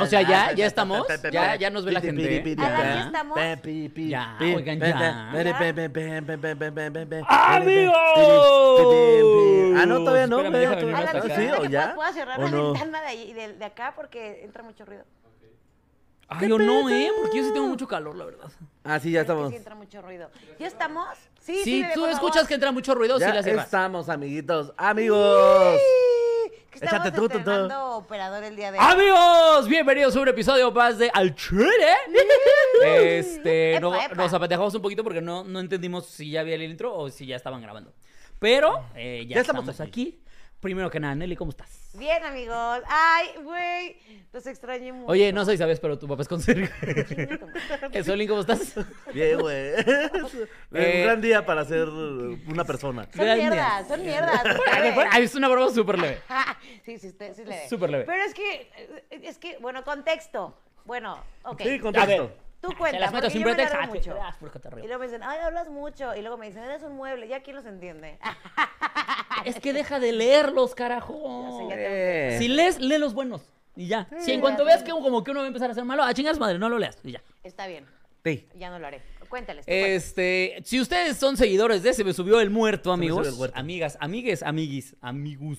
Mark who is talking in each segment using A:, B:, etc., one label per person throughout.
A: O sea, ya, ya estamos. Ya, ya nos ve la gente.
B: Alan, ya
A: Ya.
B: estamos.
A: Ya, oigan, ya.
C: ¡Amigos! Ah, no, todavía no.
A: Espérame,
C: ¿verdad?
A: déjame ver
B: Alan,
C: Todavía-
A: hasta acá.
C: ¿Sí o
B: espérate que
C: ya?
B: puedas cerrar
C: ¿O
B: la
C: no?
B: ventana de, ahí- de, de acá porque entra mucho ruido.
A: Ay, o no, ¿eh? Porque yo sí tengo mucho calor, la verdad.
C: Ah, sí, ya
B: Es que
C: estamos.
B: Sí entra mucho ruido. ¿Ya estamos? Sí, sí.
A: Si
B: bebé,
A: tú
B: por
A: escuchas
B: favor.
A: que entra mucho ruido, sí
C: Ya
A: la cierras.
C: estamos, amiguitos. Amigos.
B: Que estamos
C: Échate tú, tú, tú.
B: estrenando operador el día de hoy.
A: Amigos, bienvenidos a un episodio más de Al Chile. Este,
B: Epa,
A: no-
B: epa.
A: nos apatejamos un poquito porque no, no entendimos si ya había el intro o si ya estaban grabando. Pero eh, ya,
C: Ya
A: estamos,
C: estamos
A: aquí. Primero que nada, Nelly, ¿cómo estás?
B: Bien, amigos. Ay, güey. Los extrañé mucho.
A: Oye, no sé si sabes, pero tu papá es conserje.
B: Chinga tu madre.
A: Eh, Solín, ¿cómo estás?
C: Bien, güey. Es
A: Eh,
C: Un gran día para ser una persona.
B: Son
A: Gracias.
B: mierdas, son mierdas. ustedes.
A: Ah, es una broma súper leve.
B: Ah, sí, sí, usted- sí, leve.
A: Súper leve.
B: Pero es que, eh, es que, bueno, contexto. Bueno, ok.
C: Sí,
A: A ver.
C: contexto.
B: Tú
A: Se
B: cuenta,
A: las meto
B: porque
A: sin
B: yo me
A: pretexto.
B: largo
A: Ah,
B: mucho.
A: ah, puro cotorreo.
B: Y luego me dicen, ay, hablas mucho. Y luego me dicen, eres un mueble. Ya quién los entiende. Ah,
A: Es que deja de leerlos,
B: ya
A: carajo.
B: sé, ya tengo-
C: Eh,
A: Si lees, lee los buenos. Y ya. Si en cuanto veas que como que uno va a empezar a ser malo, a chingas madre, no lo leas. Y ya.
B: Está bien,
C: Sí.
B: ya no lo haré. Cuéntales. tú, cuéntales.
A: Este, si ustedes son seguidores de Se Me Subió el Muerto,
C: Me Subió
A: amigos.
C: el Muerto.
A: Amigas, amigues, amiguis, amigus.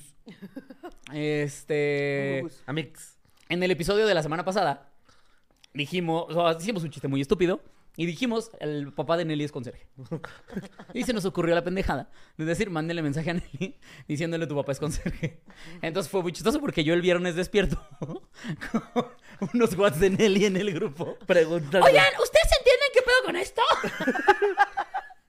A: Este.
C: Amix.
A: En el episodio de la semana pasada, dijimos, o sea, hicimos un chiste muy estúpido. Y dijimos, el papá de Nelly es conserje. Y se nos ocurrió la pendejada de decir, mándele mensaje a Nelly diciéndole tu papá es conserje. Entonces fue muy chistoso porque yo el viernes despierto con unos whats de Nelly en el grupo.
C: Pregúntale.
A: Oigan, ¿ustedes entienden qué pedo con esto?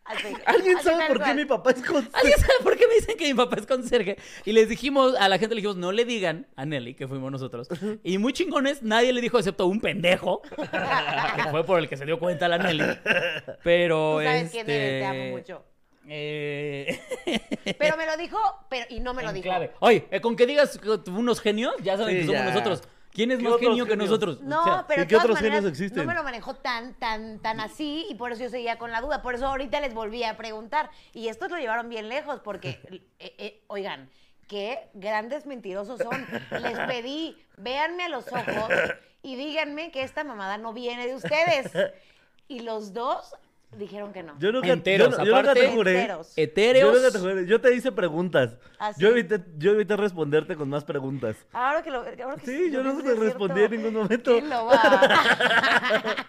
B: Al fin-
C: ¿Alguien
B: al
C: sabe
B: final,
C: por qué
B: ¿cuál?
C: mi papá es con...
A: ¿Alguien sabe por qué me dicen que mi papá es conserje? Y les dijimos, a la gente le dijimos, no le digan a Nelly, que fuimos nosotros. Y muy chingones, nadie le dijo excepto un pendejo, que fue por el que se dio cuenta la Nelly. Pero
B: Tú sabes
A: este...
B: quién eres, te amo mucho.
A: eh,
B: Pero me lo dijo, pero y no me lo
A: en
B: dijo.
A: clave. Oye, eh, con que digas que tú unos genios, ya saben
C: Sí,
A: que somos
C: ya.
A: nosotros. ¿Quién es
C: ¿Qué
A: más
C: otros
A: genio que
C: genios?
A: nosotros?
B: No,
A: O sea,
B: pero
C: ¿y
B: de
C: qué
B: todas
C: otros
B: maneras,
C: genios existen?
B: no me lo manejó tan, tan, tan así y por eso yo seguía con la duda. Por eso ahorita les volví a preguntar. Y estos lo llevaron bien lejos porque, eh, eh, oigan, qué grandes mentirosos son. Les pedí, véanme a los ojos y díganme que esta mamada no viene de ustedes. Y los dos dijeron que no.
C: Yo nunca,
A: Enteros,
C: yo, no- yo nunca
A: aparte,
C: te juré.
B: enteros.
A: Etéreos.
C: Yo nunca te juré. Yo te hice preguntas.
B: ¿Ah, sí?
C: Yo, evité, yo evité responderte con más preguntas.
B: Ahora que lo. ahora que
C: Sí, yo
B: lo
C: no
B: dices,
C: te
B: es
C: respondí
B: cierto.
C: en ningún momento.
B: Qué loba.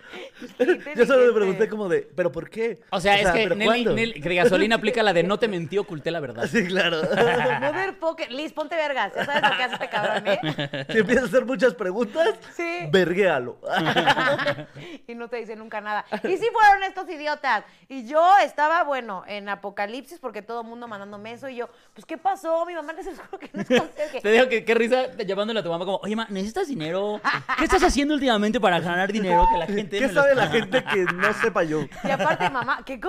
C: Yo
B: Qué
C: solo
B: inteligente.
C: le pregunté como de, ¿pero por qué?
A: O sea, es que
C: ¿pero
A: Nelly,
C: cuándo?"
A: Nelly- que Gasolina aplica la de no te mentí, oculté la verdad.
C: Sí, claro.
B: Mother poker. Liz, ponte vergas. Ya sabes lo que hace este cabrón, ¿eh?
C: si empiezas a hacer muchas preguntas,
B: Sí.
C: verguéalo.
B: y no te dice nunca nada. Y sí fueron estos idiotas. Y yo estaba, bueno, en apocalipsis porque todo el mundo mandándome eso. Y yo, pues, ¿qué pasó? Mi mamá les juro que no es conserje.
A: Te digo que qué risa llamándole a tu mamá como, oye, ma, ¿necesitas dinero? ¿Qué estás haciendo últimamente para ganar dinero? Que la gente
C: ¿Qué
A: me lo-
C: sabe la gente que no sepa yo?
B: Y aparte, mamá, qué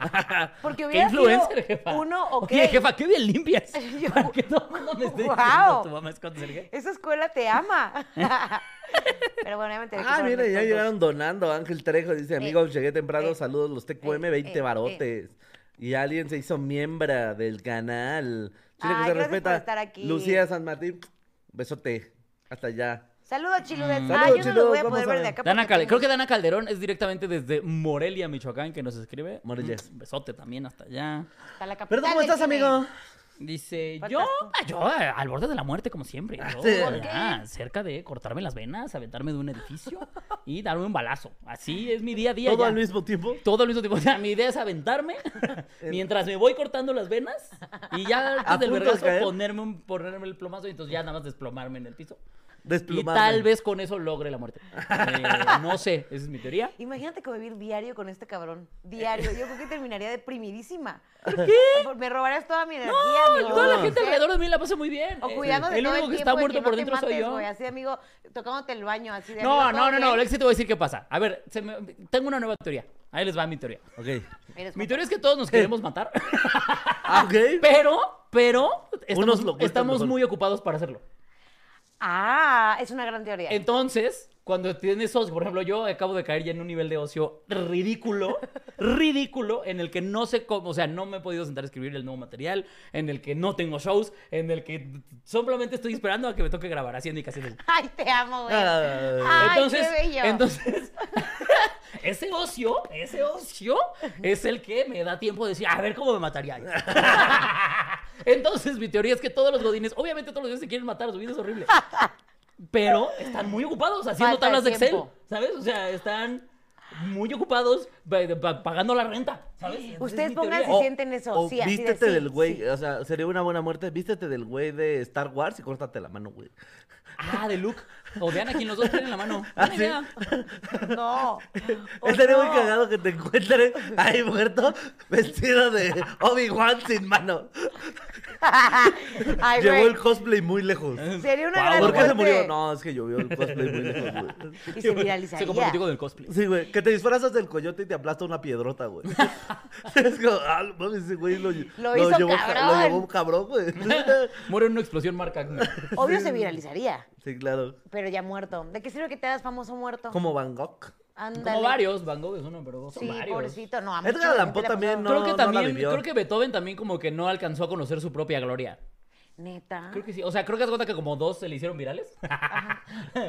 B: convocatoria. Porque
A: ¿Qué
B: hubiera
A: influencer,
B: sido
A: jefa?
B: uno, ok.
A: Oye, jefa, qué bien limpias.
B: Yo-
A: Para que todo el mundo me esté diciendo
B: Guau.
A: tu mamá es conserje.
B: Esa escuela te ama. Pero Este, bueno, ya me enteré que
C: Ah,
B: fueron
C: mira, ya
B: estos dos.
C: llegaron donando. Ángel Trejo dice, amigos, llegué temprano,
B: eh,
C: saludos los TQM,
B: eh,
C: 20
B: eh,
C: barotes. Y alguien se hizo miembra del canal. Chile
B: Ay,
C: que se
B: gracias por
C: respeta.
B: estar aquí.
C: Lucía San Martín, besote. Hasta allá.
B: Saludos, Chiludes.
C: Mm.
B: Ah,
C: Saludos,
B: yo no los voy
C: Chiludes,
B: a
C: vamos
B: poder
C: a
B: ver
C: ver.
B: de acá.
A: Dana
B: porque
A: Cal-
B: tengo-
A: Creo que Dana Calderón es directamente desde Morelia, Michoacán, que nos escribe.
C: Morelia.
A: Un besote también hasta allá.
B: Hasta la
C: ¿Pero
B: capital
C: cómo
B: del
C: estás,
B: cine.
C: amigo?
A: Dice,
B: Faltas
A: yo,
B: tú.
A: ah, yo eh, al borde de la muerte como siempre. Yo,
C: Ah, sí.
A: ya, cerca de cortarme las venas, aventarme de un edificio y darme un balazo. Así es mi día a día.
C: ¿Todo
A: ya.
C: al mismo tiempo?
A: Todo al mismo tiempo. O sea, mi idea es aventarme mientras me voy cortando las venas y ya antes
C: A
A: del
C: punto de
A: vergazo
C: caer.
A: ponerme, un- ponerme el plomazo y entonces ya nada más desplomarme en el piso.
C: Desplumado.
A: Y tal vez con eso logre la muerte. Eh, no sé, esa es mi teoría.
B: Imagínate que vivir diario con este cabrón. Diario. Yo creo que terminaría deprimidísima. ¿Por
A: qué?
B: Me robarías toda mi energía, amigo.
A: Toda la gente alrededor de mí la pasa muy bien.
B: O
A: Eh,
B: cuidando de
A: el
B: todo
A: único
B: el
A: que
B: tiempo
A: está
B: de
A: muerto
B: no
A: por
B: te
A: dentro soy
B: mates,
A: yo.
B: güey. Así, amigo, tocándote el baño, así de
A: No,
B: amigo,
A: no,
B: ¿todo
A: no, no,
B: bien?
A: Alex, sí te voy a decir qué pasa. A ver, se me- tengo una nueva teoría. Ahí les va mi teoría.
C: Ok.
B: Eres
A: Mi
B: guapo.
A: teoria es que todos nos queremos matar,
C: Ah, ok.
A: pero pero estamos,
C: Unos lo ocultan
A: estamos
C: mejor.
A: muy ocupados para hacerlo.
B: Ah, es una gran teoría.
A: Entonces, cuando tienes ocio, por ejemplo, yo acabo de caer ya en un nivel de ocio ridículo, ridículo, en el que no sé cómo, o sea, no me he podido sentar a escribir el nuevo material, en el que no tengo shows, en el que simplemente estoy esperando a que me toque grabar haciendo y casi así.
B: Ay, te amo, güey.
C: Ah,
B: Ay,
A: entonces,
B: qué bello.
A: entonces ese ocio, ese ocio es el que me da tiempo de decir, a ver cómo me mataría. yo". entonces, mi teoría es que todos los godines, obviamente todos los godines se quieren matar, su vida es horrible. Pero están muy ocupados haciendo
B: Falta
A: tablas de Excel,
B: tiempo.
A: ¿sabes? O sea, están muy ocupados pa- pa- pagando la renta, ¿sabes? Entonces,
B: Ustedes
A: mi teoría-
B: pónganse-
A: Oh,
B: sienten eso,
C: o
B: sí, así de
C: vístete
B: sí,
C: del güey,
B: sí.
C: o sea, sería una buena muerte. Vístete del güey de Star Wars y córtate la mano, güey.
A: Ah, de Luke. O de Anakin, los dos tienen la mano.
C: Ah,
A: Buena
C: ¿sí?
A: idea.
B: No. Oh,
C: Estaría muy
B: no.
C: cagado que te encuentres ahí muerto, vestido de Obi-Wan sin mano.
B: Ay,
C: Llevó
B: güey. Ah,
C: el cosplay muy lejos.
B: Sería una
A: Wow,
B: gran
C: ¿Por qué se
B: muerte.
C: murió? No, es que llovió el cosplay muy lejos, güey.
B: Y se viralizaría.
A: Se comprometió con el cosplay.
C: Sí, güey, que te disfrazas del coyote y te aplasta una piedrota, güey. es como, ah, no mames, ese güey lo,
B: Lo hizo
C: llevó, ca-
B: cabrón.
C: lo llevó cabrón, güey.
A: Muere en una explosión marca. Acme.
B: Obvio se viralizaría,
C: sí, claro.
B: pero ya muerto. ¿De qué sirve que te hagas famoso muerto?
C: Como Van Gogh.
B: Ándale.
A: Como varios, Van Gogh es uno, pero son
B: Sí,
A: varios.
B: pobrecito. No, a
C: Edgar
B: mucha
C: Allan Poe
B: gente le
C: también,
B: pasó.
A: creo
C: No,
A: que
C: no la
A: también,
C: vivió.
A: creo que Beethoven también como que no alcanzó a conocer su propia gloria.
B: Neta.
A: Creo que sí. O sea, creo que es cuenta que como dos se le hicieron virales.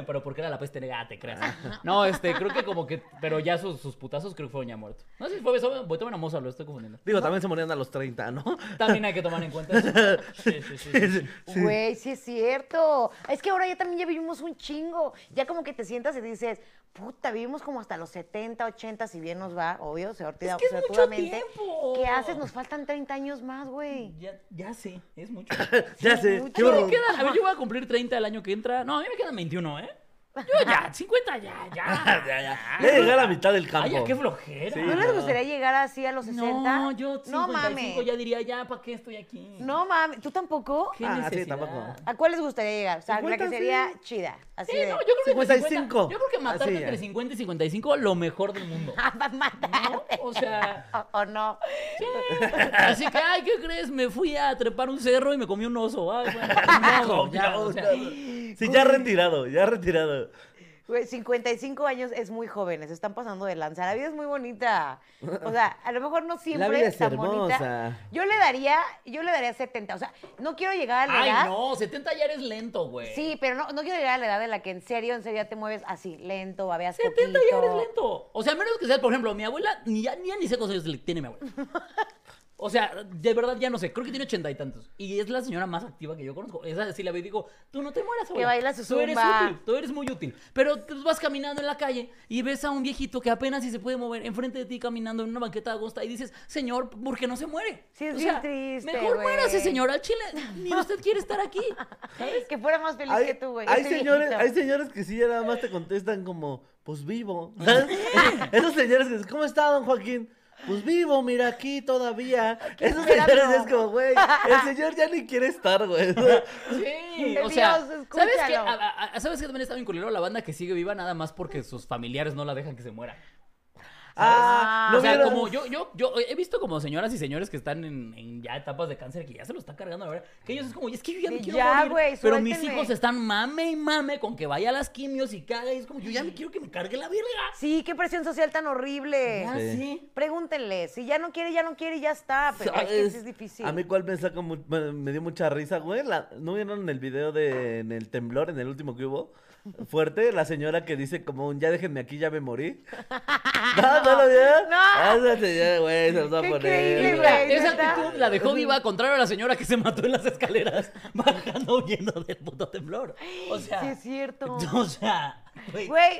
A: pero porque era la peste negra, ah, te creas. No, este, creo que como que, pero ya sus, sus putazos creo que fueron ya muertos. No sé si fue Beethoven, Beethoven o Mozart, lo estoy confundiendo.
C: Digo, también se morían a los 30, ¿no?
A: También hay que tomar en cuenta eso. Sí, sí, sí. sí.
B: Güey, sí es cierto. Es que ahora ya también ya vivimos un chingo. Ya como que te sientas y dices, puta, vivimos como hasta los 70, 80, si bien nos va, obvio, se ortida
A: Es que es mucho
B: seguramente.
A: tiempo.
B: ¿Qué haces? Nos faltan 30 años más, güey.
A: Ya, ya sé, es mucho.
C: ya sé,
B: mucho.
C: qué
A: A mí me
C: horror.
A: quedan- a ver, yo voy a cumplir 30 el año que entra. No, a mí me quedan 21, ¿eh? Yo ya, 50 ya, ya.
C: Ya, ya. Ya llegué a la mitad del
A: Ay,
C: campo.
A: ya, qué flojera.
C: Sí.
B: ¿No les gustaría llegar así a los 60?
A: No, yo 55
B: No mames.
A: ya diría, ya, ¿para qué estoy aquí?
B: No mames. ¿Tú tampoco?
A: ¿Qué
C: Ah, sí,
A: necesidad?
C: tampoco.
B: ¿A cuál les gustaría llegar? O sea, la
C: 50,
B: que
C: sí.
B: sería chida. Así
A: Sí,
B: de...
A: no, yo creo que
C: 55.
A: 50, yo creo que matarte
C: Así,
A: entre
C: ya.
A: 50 y 55 lo mejor del mundo.
B: Ah, va a matar.
A: ¿no? O sea,
B: O, o no.
A: sí. Así que, ay, ¿qué crees? Me fui a trepar un cerro y me comí un oso. Ay, bueno, no, ya, o sea,
C: Sí, ya retirado, ya retirado.
B: Güey, 55 años es muy joven, se están pasando de lanza. La vida es muy bonita. O sea, a lo mejor no siempre
C: vida es
B: tan
C: hermosa.
B: bonita. Yo le daría, yo le daría 70. O sea, no quiero llegar a la
A: Ay,
B: edad.
A: no, 70 ya eres lento, güey.
B: Sí, pero no, no quiero llegar a la edad en la que en serio, en serio ya te mueves así, lento, babeas
A: 70 ya
B: poquito.
A: eres lento. O sea, a menos que sea, por ejemplo, mi abuela, ni, ya, ni, ya ni sé cuántos años le- tiene mi abuela. O sea, de verdad ya no sé, creo que tiene ochenta y tantos. Y es la señora más activa que yo conozco. Esa sí la veo y digo, tú no te mueras, abuela.
B: baila su
A: Tú eres
B: zumba.
A: útil, tú eres muy útil. Pero tú vas caminando en la calle y ves a un viejito que apenas si se puede mover enfrente de ti caminando en una banqueta agosta y dices, señor, ¿por qué no se muere?
B: Sí, es
A: O
B: bien
A: sea,
B: triste,
A: Mejor
B: güey.
A: muérase, señor, al chile. Ni usted quiere estar aquí.
B: Que fuera más feliz que
C: Hay,
B: tú, güey.
C: hay
B: Ese
C: señores,
B: viejito.
C: hay señores que sí ya nada más te contestan como, pues vivo. ¿sabes? Esos señores que dicen, ¿cómo está, don Joaquín? Pues vivo, mira aquí todavía. Esos
B: esperando.
C: señores es como, güey, el señor ya ni quiere estar, güey.
A: Sí,
B: De
A: o sea,
B: Dios, escúchalo.
A: ¿sabes qué? A- a- a- ¿Sabes qué también está bien culero? La banda que sigue viva nada más porque sus familiares no la dejan que se muera.
C: Ah, no
A: o sea,
C: vieron-
A: como yo, yo, yo he visto como señoras y señores que están en, en ya etapas de cáncer que ya se lo está cargando, la verdad. Que ellos es como, es que yo ya me
B: Sí,
A: quiero
B: ya,
A: morir,
B: güey,
A: pero mis
B: suéltenme.
A: hijos están mame y mame con que vaya a las quimios y caga. Y es como, yo ya me quiero que me cargue la verga.
B: Sí, qué presión social tan horrible.
A: Ya
C: Sí.
A: sí.
B: Pregúntenle, si ya no quiere, ya no quiere y ya está, pero es que
C: ¿Sabes?
B: sí es difícil.
C: A mí cuál me saca mu- me, me dio mucha risa, güey. La- ¿No vieron el video de en el temblor, en el último que hubo? Fuerte, la señora que dice como un ya déjenme aquí, ya me morí. no, no lo vieron.
B: No.
C: Ah, Esa señora, güey, se los va a
B: Qué
C: poner.
B: increíble,
C: güey.
B: güey,
A: Esa
B: neta.
A: actitud la dejó viva, contrario a la señora que se mató en las escaleras bajando huyendo del puto temblor. O sea,
B: sí es cierto.
A: o sea, güey.
B: Güey,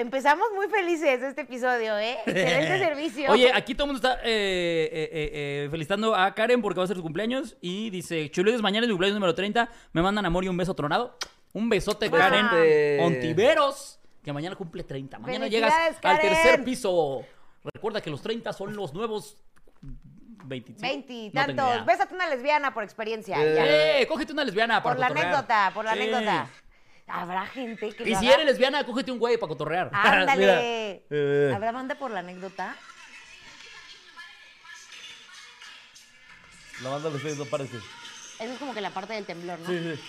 B: empezamos muy felices este episodio, ¿eh? Excelente servicio.
A: Oye, aquí todo el mundo está eh, eh, eh, eh, felicitando a Karen porque va a ser su cumpleaños. Y dice, chulides, mañana es mi cumpleaños número 30. Me mandan amor y un beso tronado. Un besote,
C: Besote.
A: Karen. Ontiveros, que mañana cumple 30. Mañana llegas
B: Felicidades,
A: al
B: Karen.
A: tercer piso. Recuerda que los 30 son los nuevos 25.
B: Veintitantos.
A: No tengo idea.
B: Bésate una lesbiana por experiencia. ya.
A: Eh, cógete una lesbiana para
B: Por la
A: cotorrear.
B: anécdota, por la
A: Sí.
B: anécdota. Habrá gente que.
A: Y
B: lo
A: si
B: haga?
A: eres lesbiana, cógete un güey para cotorrear.
B: Ándale.
C: Mira. Eh.
B: ¿Habrá banda por la anécdota?
C: Lavando los pies no parece.
B: Eso es como que la parte del temblor, ¿no?
C: Sí, sí.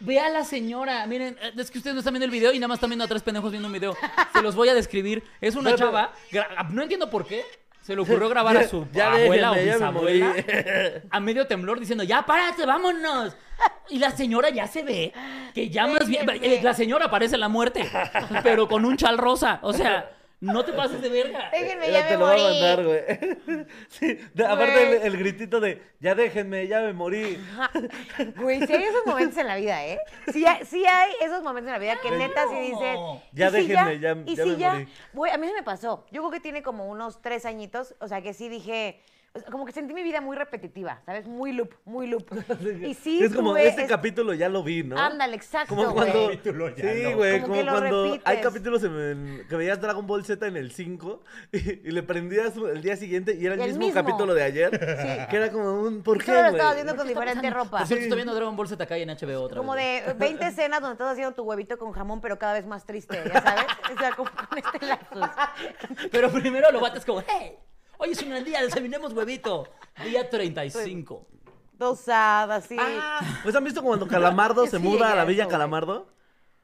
A: Ve a la señora. Miren, eh, es que ustedes no están viendo el video y nada más están viendo a tres pendejos viendo un video. Se los voy a describir. Es una
C: Pero-
A: chava. gra- ah, No entiendo por qué. Se le ocurrió grabar a su abuela
C: déjenme,
A: o
C: ya me morí.
A: bisabuela a medio temblor diciendo, ya párate, vámonos. Y la señora ya se ve que ya más bien.
B: Déjenme.
A: eh, La señora parece la muerte, pero con un chal rosa. O sea, no te pases de verga.
B: Déjenme,
C: Ya
B: ya
C: te
B: me
C: lo voy a
B: morí.
C: mandar, güey. Sí, de- aparte el, el gritito de ya déjenme, ya me morí.
B: Güey, sí hay esos momentos en la vida, ¿eh? Sí hay, sí hay esos momentos en la vida que neta sí dices.
C: Ya
B: "¿Y si
C: déjenme, ya-
B: y
C: ya
B: si
C: me morí".
B: Güey, a mí se me pasó. Yo creo que tiene como unos tres añitos, o sea que sí dije. o sea, Como que sentí mi vida muy repetitiva, ¿sabes? Muy loop, muy loop. Y sí,
C: es como
B: tuve
C: este
B: es-
C: capítulo ya lo vi, ¿no?
B: Ándale, exacto.
C: Como cuando.
B: güey.
C: Sí, güey,
B: Como
C: como
B: que lo
C: cuando. Hay
B: repites.
C: capítulos en el- que veías Dragon Ball Z en el 5 y, y le prendías el día siguiente y era el,
B: El
C: mismo,
B: mismo.
C: capítulo de ayer. Que era como un. ¿Por qué?
B: Solo lo
C: güey? Pues
B: estaba viendo
A: ¿Por
B: con
A: qué está
B: diferente
A: pasando?
B: ropa.
A: Por cierto, estoy viendo Dragon Ball Z acá y en HBO otra
B: Como
A: vez.
B: de 20 escenas donde estás haciendo tu huevito con jamón, pero cada vez más triste, ¿ya sabes? O sea, como con este lapsus.
A: Pero primero lo bates como, hey, hoy es un gran día, desayunemos huevito. Día 35.
B: Dosada, así.
C: Ah, ¿Pues han visto cuando Calamardo se
B: Sí,
C: muda a la
B: eso,
C: Villa
B: güey.
C: Calamardo?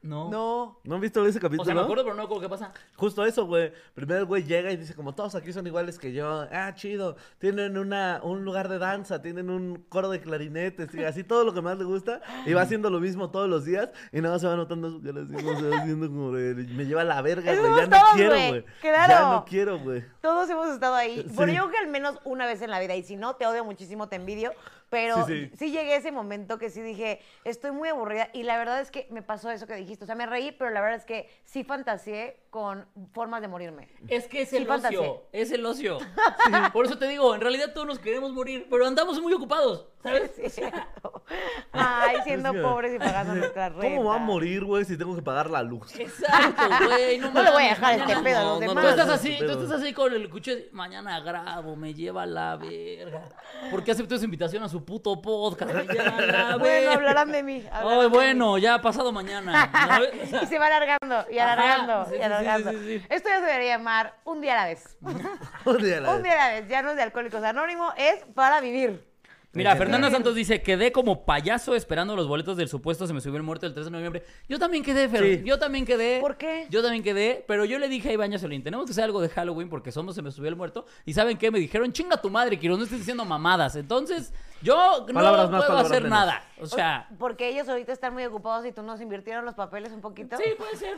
A: No.
B: No.
C: ¿No han visto ese capítulo?
A: O sea, me acuerdo, pero no me acuerdo qué pasa.
C: Justo eso, güey. Primero el güey llega y dice como todos aquí son iguales que yo. Ah, chido. Tienen una, un lugar de danza, tienen un coro de clarinetes y así todo lo que más le gusta. Y va haciendo lo mismo todos los días y nada más se va notando su cara así como se va haciendo como de, me lleva a la verga,
B: Eso
C: güey. Ya
B: somos
C: no
B: todos,
C: quiero,
B: güey.
C: güey. Ya
B: Claro.
C: no quiero, güey.
B: Todos hemos estado ahí.
C: Sí.
B: Bueno, yo creo que al menos una vez en la vida. Y si no, te odio muchísimo, te envidio. Pero
C: Sí,
B: sí,
C: sí.
B: llegué a ese momento que sí dije, estoy muy aburrida. Y la verdad es que me pasó eso que dijiste. O sea, me reí, pero la verdad es que sí fantaseé con formas de morirme.
A: Es que es
B: Sí,
A: el
B: fantaseé.
A: ocio, es el ocio. Por eso te digo, en realidad todos nos queremos morir, pero andamos muy ocupados, ¿sabes?
B: Sí, es cierto. Ay, siendo
C: Es que-
B: pobres y pagando nuestra renta.
C: ¿Cómo va a morir, güey, si tengo que pagar la luz?
A: Exacto, güey. No,
B: No le voy a
A: mames,
B: dejar este
A: mañana-
B: pedo a los
A: Tú
B: demás.
A: estás
C: no,
A: así,
C: este
A: tú
C: pedo.
A: estás así con el cuchillo. de, Mañana grabo, me lleva la verga. ¿Por qué aceptó esa invitación a su puto podcast? Me lleva la
B: Bueno,
A: verga.
B: hablarán de mí. hablarán
A: Ay,
B: de mí.
A: bueno, ya pasado mañana. ¿sabes? O sea,
B: y se va alargando y
A: Ajá,
B: alargando
A: sí, sí,
B: y
A: sí,
B: alargando.
A: sí, sí.
B: Esto ya se debería llamar un día a la vez.
C: Un día a la
B: un
C: vez.
B: día a la vez, ya no es de Alcohólicos Anónimos, es para vivir.
A: Mira,
C: Sí,
A: Fernanda
C: sí.
A: Santos dice, quedé como payaso esperando los boletos del supuesto se me subió el muerto el 3 de noviembre. Yo también quedé, Fer,
C: Sí.
A: yo también quedé.
B: ¿Por qué?
A: Yo también quedé, pero yo le dije a Iván Solín, tenemos que hacer algo de Halloween porque somos se me subió el muerto. Y ¿saben qué? Me dijeron, chinga tu madre, Quiroz, no estés diciendo mamadas. Entonces, yo no
C: Palabras más,
A: puedo
C: palabras
A: hacer
C: menos.
A: nada. O sea,
B: Porque ellos ahorita están muy ocupados y tú nos invirtieron los papeles un poquito.
A: sí, puede ser.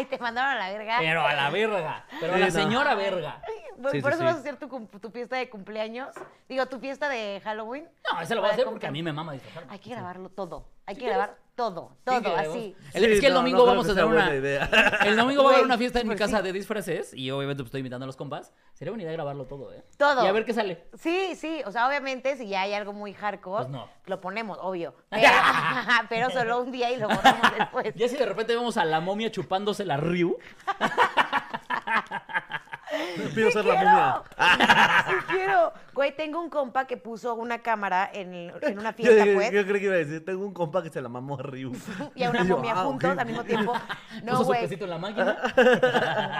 B: y te mandaron a la verga.
A: Pero a la verga, pero a
C: Sí,
A: la
C: no.
A: señora verga.
B: Por,
C: Sí,
B: por
C: sí,
B: eso
C: sí.
B: vas a hacer tu, cum- tu fiesta de cumpleaños. Digo, tu fiesta de Halloween.
A: No, esa la voy a
B: Para
A: hacer porque
B: comprar-
A: a mí me mama disfrazarme.
B: Hay que grabarlo todo. Hay que grabar todo, todo,
A: Sí, que-
B: así.
A: El-
C: Sí,
A: es que el
C: no, no
A: domingo
C: creo
A: vamos
C: que
A: a tener
C: sea buena
A: una.
C: idea.
A: El domingo va a haber
B: Güey,
A: una fiesta en mi
B: pues
A: casa
B: sí.
A: de disfraces y obviamente pues, estoy invitando a los compas. Sería buena idea grabarlo todo, ¿eh?
B: Todo.
A: Y a ver qué sale.
B: Sí, sí, o sea, obviamente si ya hay algo muy hardcore,
A: Pues no.
B: lo ponemos, obvio. Pero, pero solo un día y lo borramos después.
A: Ya si de repente vemos a la momia chupándose la Ryu.
C: Pido ser la
B: quiero.
C: momia.
B: Sí quiero. Güey, tengo un compa que puso una cámara en, en una
C: Yo,
B: fiesta,
C: yo-
B: pues.
C: yo creo que iba a decir, tengo un compa que se la mamó a Ryu.
B: y a una
C: yo,
B: momia
C: ah,
B: juntos
C: ok.
B: al mismo tiempo. No,
A: puso su
B: güey.
A: pesito en la máquina.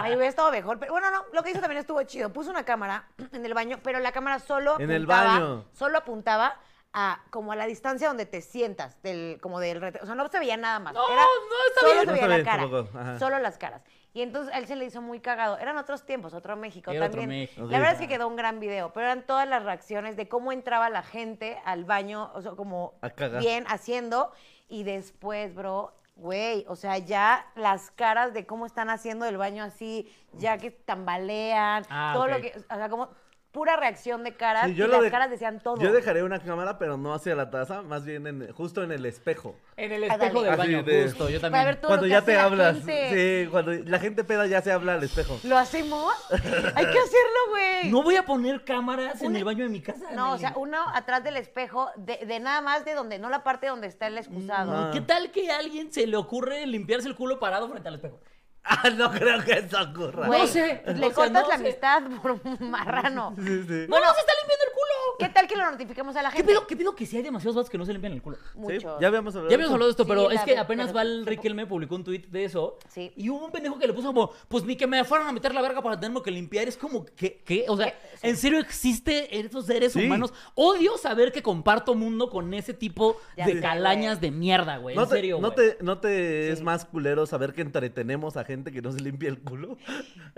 B: Ay, hubiera estado mejor. Pero bueno, no, lo que hizo también estuvo chido. Puso una cámara en el baño, pero la cámara solo
C: En el
B: apuntaba-
C: baño.
B: Solo apuntaba a como a la distancia donde te sientas del como del rete- o sea, no se veía nada más.
A: No,
B: Era-
A: no está
B: solo
A: bien.
B: se
C: No
B: veía
C: está
B: la
C: bien,
B: cara.
C: tampoco, ajá.
B: Solo las caras. Y entonces a él se le hizo muy cagado. Eran otros tiempos, otro México
A: Era otro
B: también.
A: México.
B: La verdad es que
C: Ok.
B: quedó un gran video, pero eran todas las reacciones de cómo entraba la gente al baño, o sea, como
C: A cagar.
B: bien haciendo y después, bro, güey, o sea, ya las caras de cómo están haciendo el baño así, ya que tambalean,
A: Ah,
B: todo
A: ok.
B: lo que, o sea, como pura reacción de caras
C: Sí,
B: y
C: lo
B: las
C: de-
B: caras decían todo.
C: Yo dejaré una cámara, pero no hacia la taza, más bien en- justo en el espejo.
A: En el
B: Ah,
A: espejo
B: dale.
A: del
C: Así
A: baño,
C: de-
A: justo. Yo
B: Para ver
A: también.
B: todo
C: cuando
B: lo que
C: ya
B: hace
C: te
B: la
C: hablas.
B: gente.
C: Sí, cuando la gente peda ya se habla al espejo.
B: ¿Lo hacemos? Hay que hacerlo, güey.
A: No voy a poner cámaras en el baño de mi casa.
B: No, o
A: Nelly.
B: sea, uno atrás del espejo, de, de nada más de donde, no la parte donde está el excusado.
C: No.
A: ¿Qué tal que a alguien se le ocurre limpiarse el culo parado frente al espejo?
C: Ah, no creo que eso ocurra.
B: Güey,
A: No sé, o
B: Le
A: sea,
B: cortas
A: no
B: la
A: sé.
B: amistad por un marrano.
C: Sí, sí.
A: No, no, se está limpiando el culo.
B: ¿Qué tal que lo notifiquemos a la
A: ¿Qué
B: gente?
A: pedo, ¿Qué pedo que si hay demasiados vatos que no se limpian el culo?
C: Sí,
B: Mucho.
C: ya habíamos hablado.
A: Ya habíamos hablado de esto,
B: Sí,
A: pero
B: la
A: es que
B: ve-
A: apenas
B: pero-
A: Val Riquelme publicó un tuit de eso.
B: Sí.
A: Y hubo un pendejo que le puso como, pues ni que me fueran a meter la verga para tenerme que limpiar. Es como, que, qué? O sea,
B: Eh,
A: ¿en serio existe estos seres
C: Sí.
A: humanos? Odio saber que comparto mundo con ese tipo
B: Ya
A: de
B: sé,
A: calañas de mierda, güey.
C: ¿No
A: en
C: te,
A: serio,
C: ¿no
A: güey.
C: te, no te es más culero saber que entretenemos a gente que no se limpia el culo?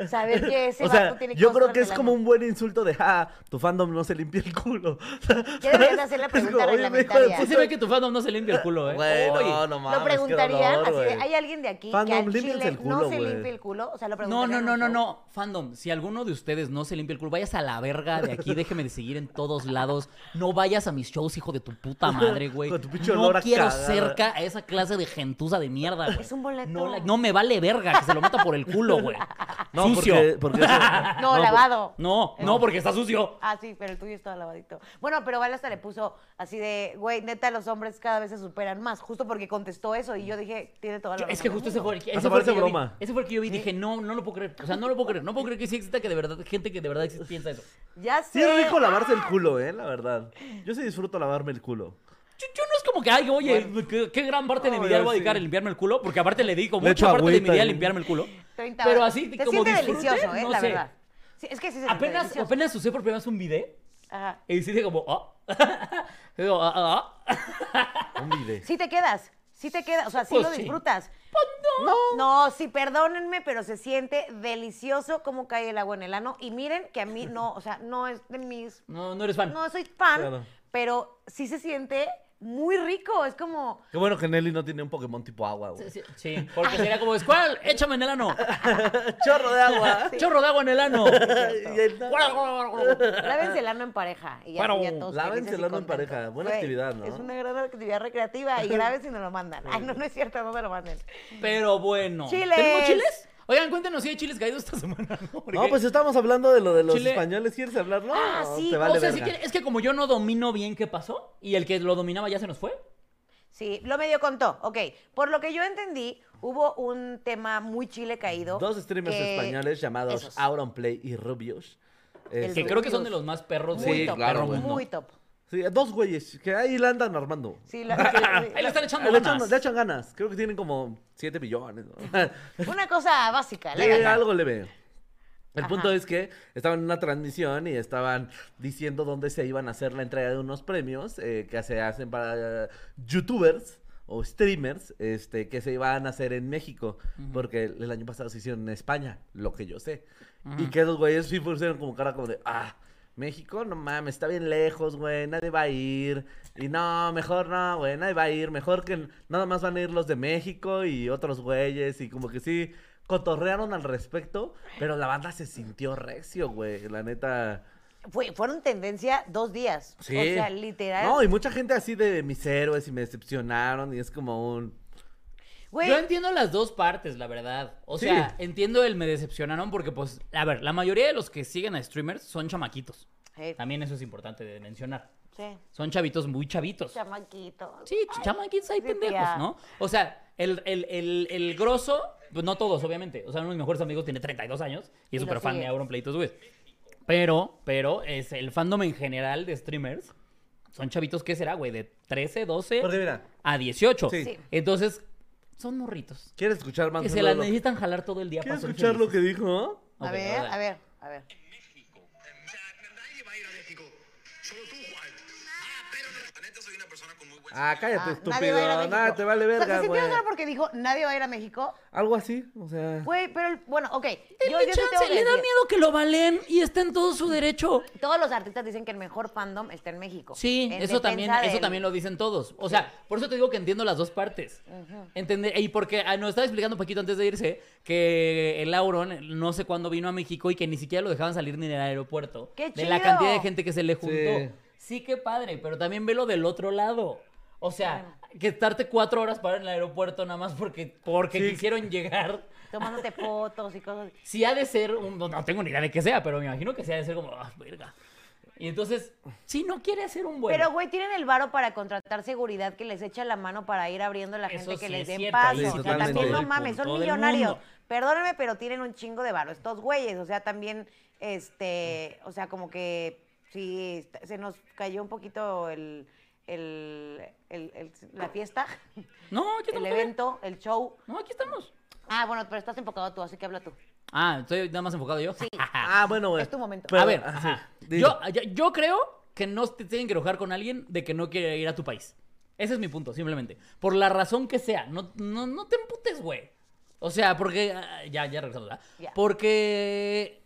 B: Saber que ese
C: o sea,
B: vato tiene
C: yo
B: cosas
C: creo que es
B: arreglando.
C: como un buen insulto de, ah, tu fandom no se limpia el culo.
B: Ya deberías hacer la pregunta reglamentaria.
A: Sí se ve que tu fandom no se limpia el culo, ¿eh?
C: Bueno,
A: Oye,
C: no, no mames,
B: lo
C: qué
B: preguntarían
C: dolor,
B: así de,
C: güey.
B: ¿hay alguien de aquí
C: Fandom,
B: que al
C: límpiense
B: chile
C: el culo,
B: no se
C: güey.
B: limpia el culo? O sea, lo
A: No,
B: preguntarían
A: no,
B: en
A: no,
B: un
A: no,
B: show.
A: no. Fandom, si alguno de ustedes no se limpia el culo, vayas a la verga de aquí, déjeme de seguir en todos lados. No vayas a mis shows, hijo de tu puta madre, güey.
C: Con tu pinche
A: No
C: olor a
A: quiero
C: cagada.
A: cerca a esa clase de gentuza de mierda, güey.
B: Es un boleto.
A: No, la- no me vale verga que se lo meta por el culo, güey.
C: No,
A: sucio.
C: porque, porque eso-
B: No, lavado.
A: No, no, porque está sucio.
B: Ah, sí, pero el tuyo estaba lavadito. Bueno, pero Val hasta le puso así de, güey, neta, los hombres cada vez se superan más, justo porque contestó eso y yo dije, tiene toda la
A: Yo-
B: razón
A: es que
B: del
A: justo ese
B: mundo.
A: fue el que,
C: Hasta
A: ese fue el que
C: parece
A: yo vi,
C: broma.
A: ese fue el que yo vi y dije, no, no lo puedo creer. O sea, no lo puedo creer. No puedo creer que sí exista que de verdad gente que de verdad existe piensa eso.
B: Ya sé.
C: Sí, es rico lavarse el culo, eh, la verdad. Yo sí disfruto lavarme el culo.
A: Yo, yo no es como que, ay, oye, qué, qué gran parte de mi día
C: Ay,
A: le voy a dedicar
C: sí.
A: a limpiarme el culo, porque aparte le dedico
C: Le
A: mucha
C: echo
A: parte de mi
C: agüita
A: día a
C: y-
A: limpiarme el culo.
B: 30
A: Pero
B: horas.
A: así,
B: Se
A: como
B: siente
A: disfrute,
B: delicioso, ¿eh?
A: no
B: la
A: sé.
B: verdad. Sí, es que sí se siente
A: Apenas,
B: delicioso.
A: apenas usé por primera vez un video
B: Ajá.
A: y sí dije como, ah. Digo, ah, ah, ah.
C: Un video.
B: Sí te quedas, sí te quedas, o sea, sí
A: Pues
B: lo
A: sí.
B: disfrutas. No, sí, perdónenme, pero se siente delicioso cómo cae el agua en el ano. Y miren que a mí no, o sea, no es de mis
A: No, no eres fan.
B: No soy fan,
C: Claro.
B: pero sí se siente muy rico. Es como.
C: Qué bueno que Nelly no tiene un Pokémon tipo agua, güey.
A: Sí, sí, porque sería como, ¿cuál? Échame en el ano.
C: Chorro de agua.
A: Chorro de agua en el ano.
C: Y el-
B: Lávense el ano en pareja. Y ya,
A: Bueno,
B: ya todos
C: lávense
B: felices y
C: el ano en
B: contentos.
C: pareja, buena
B: Güey,
C: actividad, ¿no?
B: Es una gran actividad recreativa y graben si nos lo mandan. Ay, no, no es cierto, no me lo manden.
A: Pero bueno.
B: Chiles.
A: ¿Tenemos chiles? Oigan, cuéntenos si hay chiles caídos esta semana. ¿no? Porque-
C: No, pues estamos hablando de lo de los
A: Chile-
C: españoles. ¿Quieres hablar? No,
B: Ah, sí,
C: te
B: o
C: vale
A: o sea, si
C: verga.
A: quiere- es que como yo no domino bien qué pasó y el que lo dominaba ya se nos fue.
B: Sí, lo medio contó. Ok, por lo que yo entendí, hubo un tema muy chile caído.
C: Dos streamers
B: que-
C: españoles llamados
B: esos.
C: Auronplay y Rubius.
B: El
C: Este,
A: Que
B: Rubius.
A: creo que son de los más perros
B: Muy
A: de
B: top,
C: claro,
A: perro
C: güey.
A: mundo.
B: muy top.
C: sí, dos güeyes que ahí la andan armando. Ah,
B: Sí, la- sí,
A: Ahí le están echando
C: Le
A: ganas.
C: echan, le echan ganas. Creo que tienen como 7 billones. ¿no?
B: Una cosa básica.
C: Sí,
B: la gata.
C: algo leve. El
B: Ajá.
C: punto es que estaban en una transmisión y estaban diciendo dónde se iban a hacer la entrega de unos premios eh, que se hacen para youtubers o streamers este, que se iban a hacer en México. Porque el el año pasado se hicieron en España, lo que yo sé. Y que los güeyes sí pusieron como cara como de, ah, México, no mames, está bien lejos, güey, nadie va a ir. Y no, mejor no, güey, nadie va a ir. Mejor que nada más van a ir los de México y otros güeyes. Y como que sí, cotorrearon al respecto, pero la banda se sintió recio, güey, la neta.
B: Fue- fueron tendencia dos días.
C: Sí.
B: O sea, literal.
C: No, y mucha gente así de mis héroes y me decepcionaron y es como un...
B: Güey,
A: Yo entiendo las dos partes, la verdad. O
C: Sí.
A: sea, entiendo el me decepcionaron porque, pues, a ver, la mayoría de los que siguen a streamers son chamaquitos.
B: eh,
A: También eso es importante de mencionar.
B: sí.
A: Son chavitos muy chavitos.
B: Chamaquito.
A: Sí, ch- chamaquitos hay
B: sí,
A: pendejos,
B: tía.
A: ¿no? O sea, el, el, el, el grosso, pues no todos, obviamente. O sea, uno de mis mejores amigos tiene 32 años y es
B: Y lo
A: súper fan de
B: sigue.
A: Auron Pleitos, güey. Pero, pero, es el fandom en general de streamers son chavitos, ¿qué será, güey? De 13, 12
C: Porque mira,
A: a 18.
C: Sí.
B: Sí.
A: Entonces, son morritos.
C: ¿quieres escuchar más?
A: Que
C: o
A: se
C: menos
A: las
C: lo que-
A: necesitan jalar todo el día para
C: ¿Quieres
A: ser
C: escuchar lo
A: felices.
C: que dijo?
B: A
A: Ok,
B: ver,
A: ahora.
B: a ver, a ver. Ah,
D: Nadie va a ir a México. Solo tú, Juan. Ah, pero la neta soy una persona con muy buen
C: Ah, cállate,
B: Ah, nadie
C: estúpido.
B: va a ir a
C: Nada,
B: México.
C: te vale
B: O sea,
C: verga,
B: se
C: güey.
B: sintió solo porque dijo, nadie va a ir a México.
C: Algo así, o sea.
B: Güey, pero el- bueno, ok. Yo,
A: Denle
B: yo sí tengo
A: chance,
B: que
A: le da
B: decir,
A: miedo que lo valen y está en todo su derecho.
B: Todos los artistas dicen que el mejor fandom está en México.
A: Sí,
B: En
A: eso también,
B: defensa
A: eso
B: del-
A: también lo dicen todos. O sea, por eso te digo que entiendo las dos partes. Entender, y porque ah, nos estaba explicando Paquito antes de irse que el Auron no sé cuándo vino a México y que ni siquiera lo dejaban salir ni del aeropuerto.
B: ¡Qué
A: De la
B: chido!
A: cantidad de gente que se le juntó.
C: Sí.
A: Sí, qué padre, pero también velo del otro lado. O sea, que estarte cuatro horas para en el aeropuerto nada más porque, porque
C: Sí.
A: quisieron llegar.
B: Tomándote fotos y cosas.
A: Si ha de ser, un- no, no tengo ni idea de qué sea, pero me imagino que sí ha de ser como, ah, verga. Y entonces, si no quiere ser un buen.
B: Pero, güey, tienen el varo para contratar seguridad que les echa la mano para ir abriendo a la
A: Eso
B: gente que
A: sí
B: les
A: es
B: den
A: cierto,
B: paso.
C: ahí sí
B: o sea,
C: tienen
B: también
C: todo
B: no
C: el
B: mames, son
A: punto del
B: millonarios.
A: mundo.
B: Perdónenme, pero tienen un chingo de varo estos güeyes. O sea, también, este, o sea, como que Sí, está- se nos cayó un poquito el, el- el- el- la fiesta,
A: No, aquí
B: el
A: estamos. todavía.
B: evento, el show.
A: No, aquí estamos.
B: Ah, bueno, pero estás enfocado tú, así que habla tú.
A: Ah, estoy nada más enfocado yo. Sí.
C: Ah, bueno, güey.
B: Es tu momento.
A: a ver,
C: ajá,
A: ajá.
C: dilo.
A: Yo, yo- yo creo que no te tienen que enojar con alguien de que no quiere ir a tu país. Ese es mi punto, simplemente. Por la razón que sea, no, no, no te emputes, güey. O sea, porque... ah, Ya, ya regresamos, ¿verdad?
B: Ya.
A: Porque...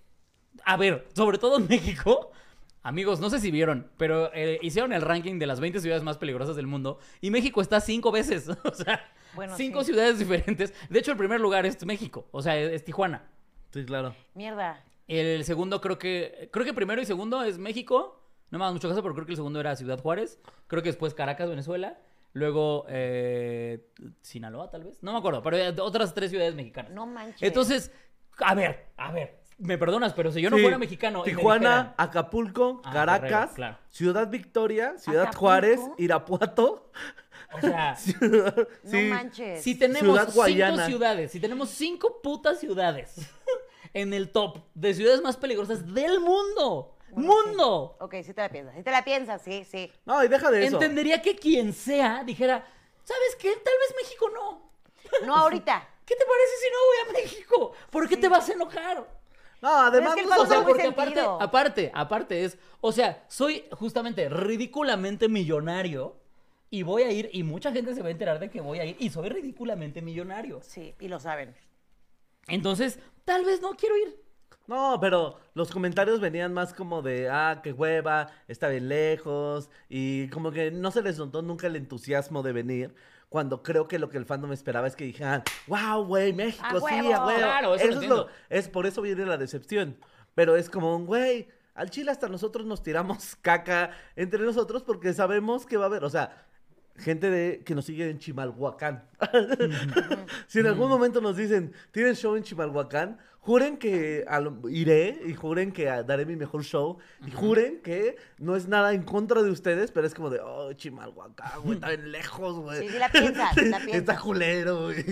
A: A ver, sobre todo en México... Amigos, no sé si vieron, pero eh, hicieron el ranking de las 20 ciudades más peligrosas del mundo y México está cinco veces, o sea,
B: Bueno,
A: cinco
B: sí.
A: ciudades diferentes. De hecho, el primer lugar es México, o sea, es- es Tijuana.
C: Sí, claro.
B: Mierda.
A: El segundo creo que... Creo que primero y segundo es México. No me hagas mucho caso, pero creo que el segundo era Ciudad Juárez. Creo que después Caracas, Venezuela. Luego eh, Sinaloa, tal vez. No me acuerdo, pero eh, otras tres ciudades mexicanas.
B: No manches.
A: Entonces, a ver, a ver. Me perdonas, pero si yo no
C: Sí.
A: fuera mexicano... y me
C: Tijuana,
A: dijeran-
C: Acapulco,
A: Ah,
C: Caracas,
A: Guerrero, claro.
C: Ciudad Victoria, Ciudad
B: ¿Acapulco?
C: Juárez, Irapuato.
A: o sea,
B: No manches.
A: si tenemos
C: Ciudad
A: cinco
C: Guayana.
A: ciudades, si tenemos cinco putas ciudades en el top de ciudades más peligrosas del mundo.
B: Bueno, sí.
A: ¡Mundo!
B: Ok, sí te la piensas. Sí te la piensas, sí, sí.
C: No, y deja de eso.
A: Entendería que quien sea dijera, ¿sabes qué? Tal vez México no.
B: No ahorita.
A: ¿Qué te parece si no voy a México? ¿Por qué te vas a enojar?
C: No, además,
B: Pero es
C: pues,
B: que el
A: O
B: No
C: o sea,
A: sea,
B: tiene
A: porque aparte,
B: sentido.
A: aparte, aparte es, o sea, soy justamente ridículamente millonario y voy a ir y mucha gente se va a enterar de que voy a ir y soy ridículamente millonario.
B: Sí, y lo saben.
A: Entonces, tal vez no quiero ir.
C: No, pero los comentarios venían más como de, ah, qué hueva, está bien lejos, y como que no se les notó nunca el entusiasmo de venir, cuando creo que lo que el fandom esperaba es que dijeran, wow, güey, México,
B: ¡A
C: sí,
B: huevo!
C: a huevo.
A: Ah, Claro, eso lo
C: es,
A: entiendo.
C: es por eso viene la decepción, pero es como un, güey, al chile hasta nosotros nos tiramos caca entre nosotros porque sabemos que va a haber, o sea... Gente de, que nos sigue en Chimalhuacán. si en
B: Mm.
C: algún momento nos dicen, ¿tienen show en Chimalhuacán? Juren que a lo- iré y juren que ah, daré mi mejor show. Y juren que no es nada en contra de ustedes, pero es como de, oh, Chimalhuacán, güey, está bien lejos, güey.
B: Sí, sí la piensas, sí la
C: Está
B: piensas.
C: culero, güey.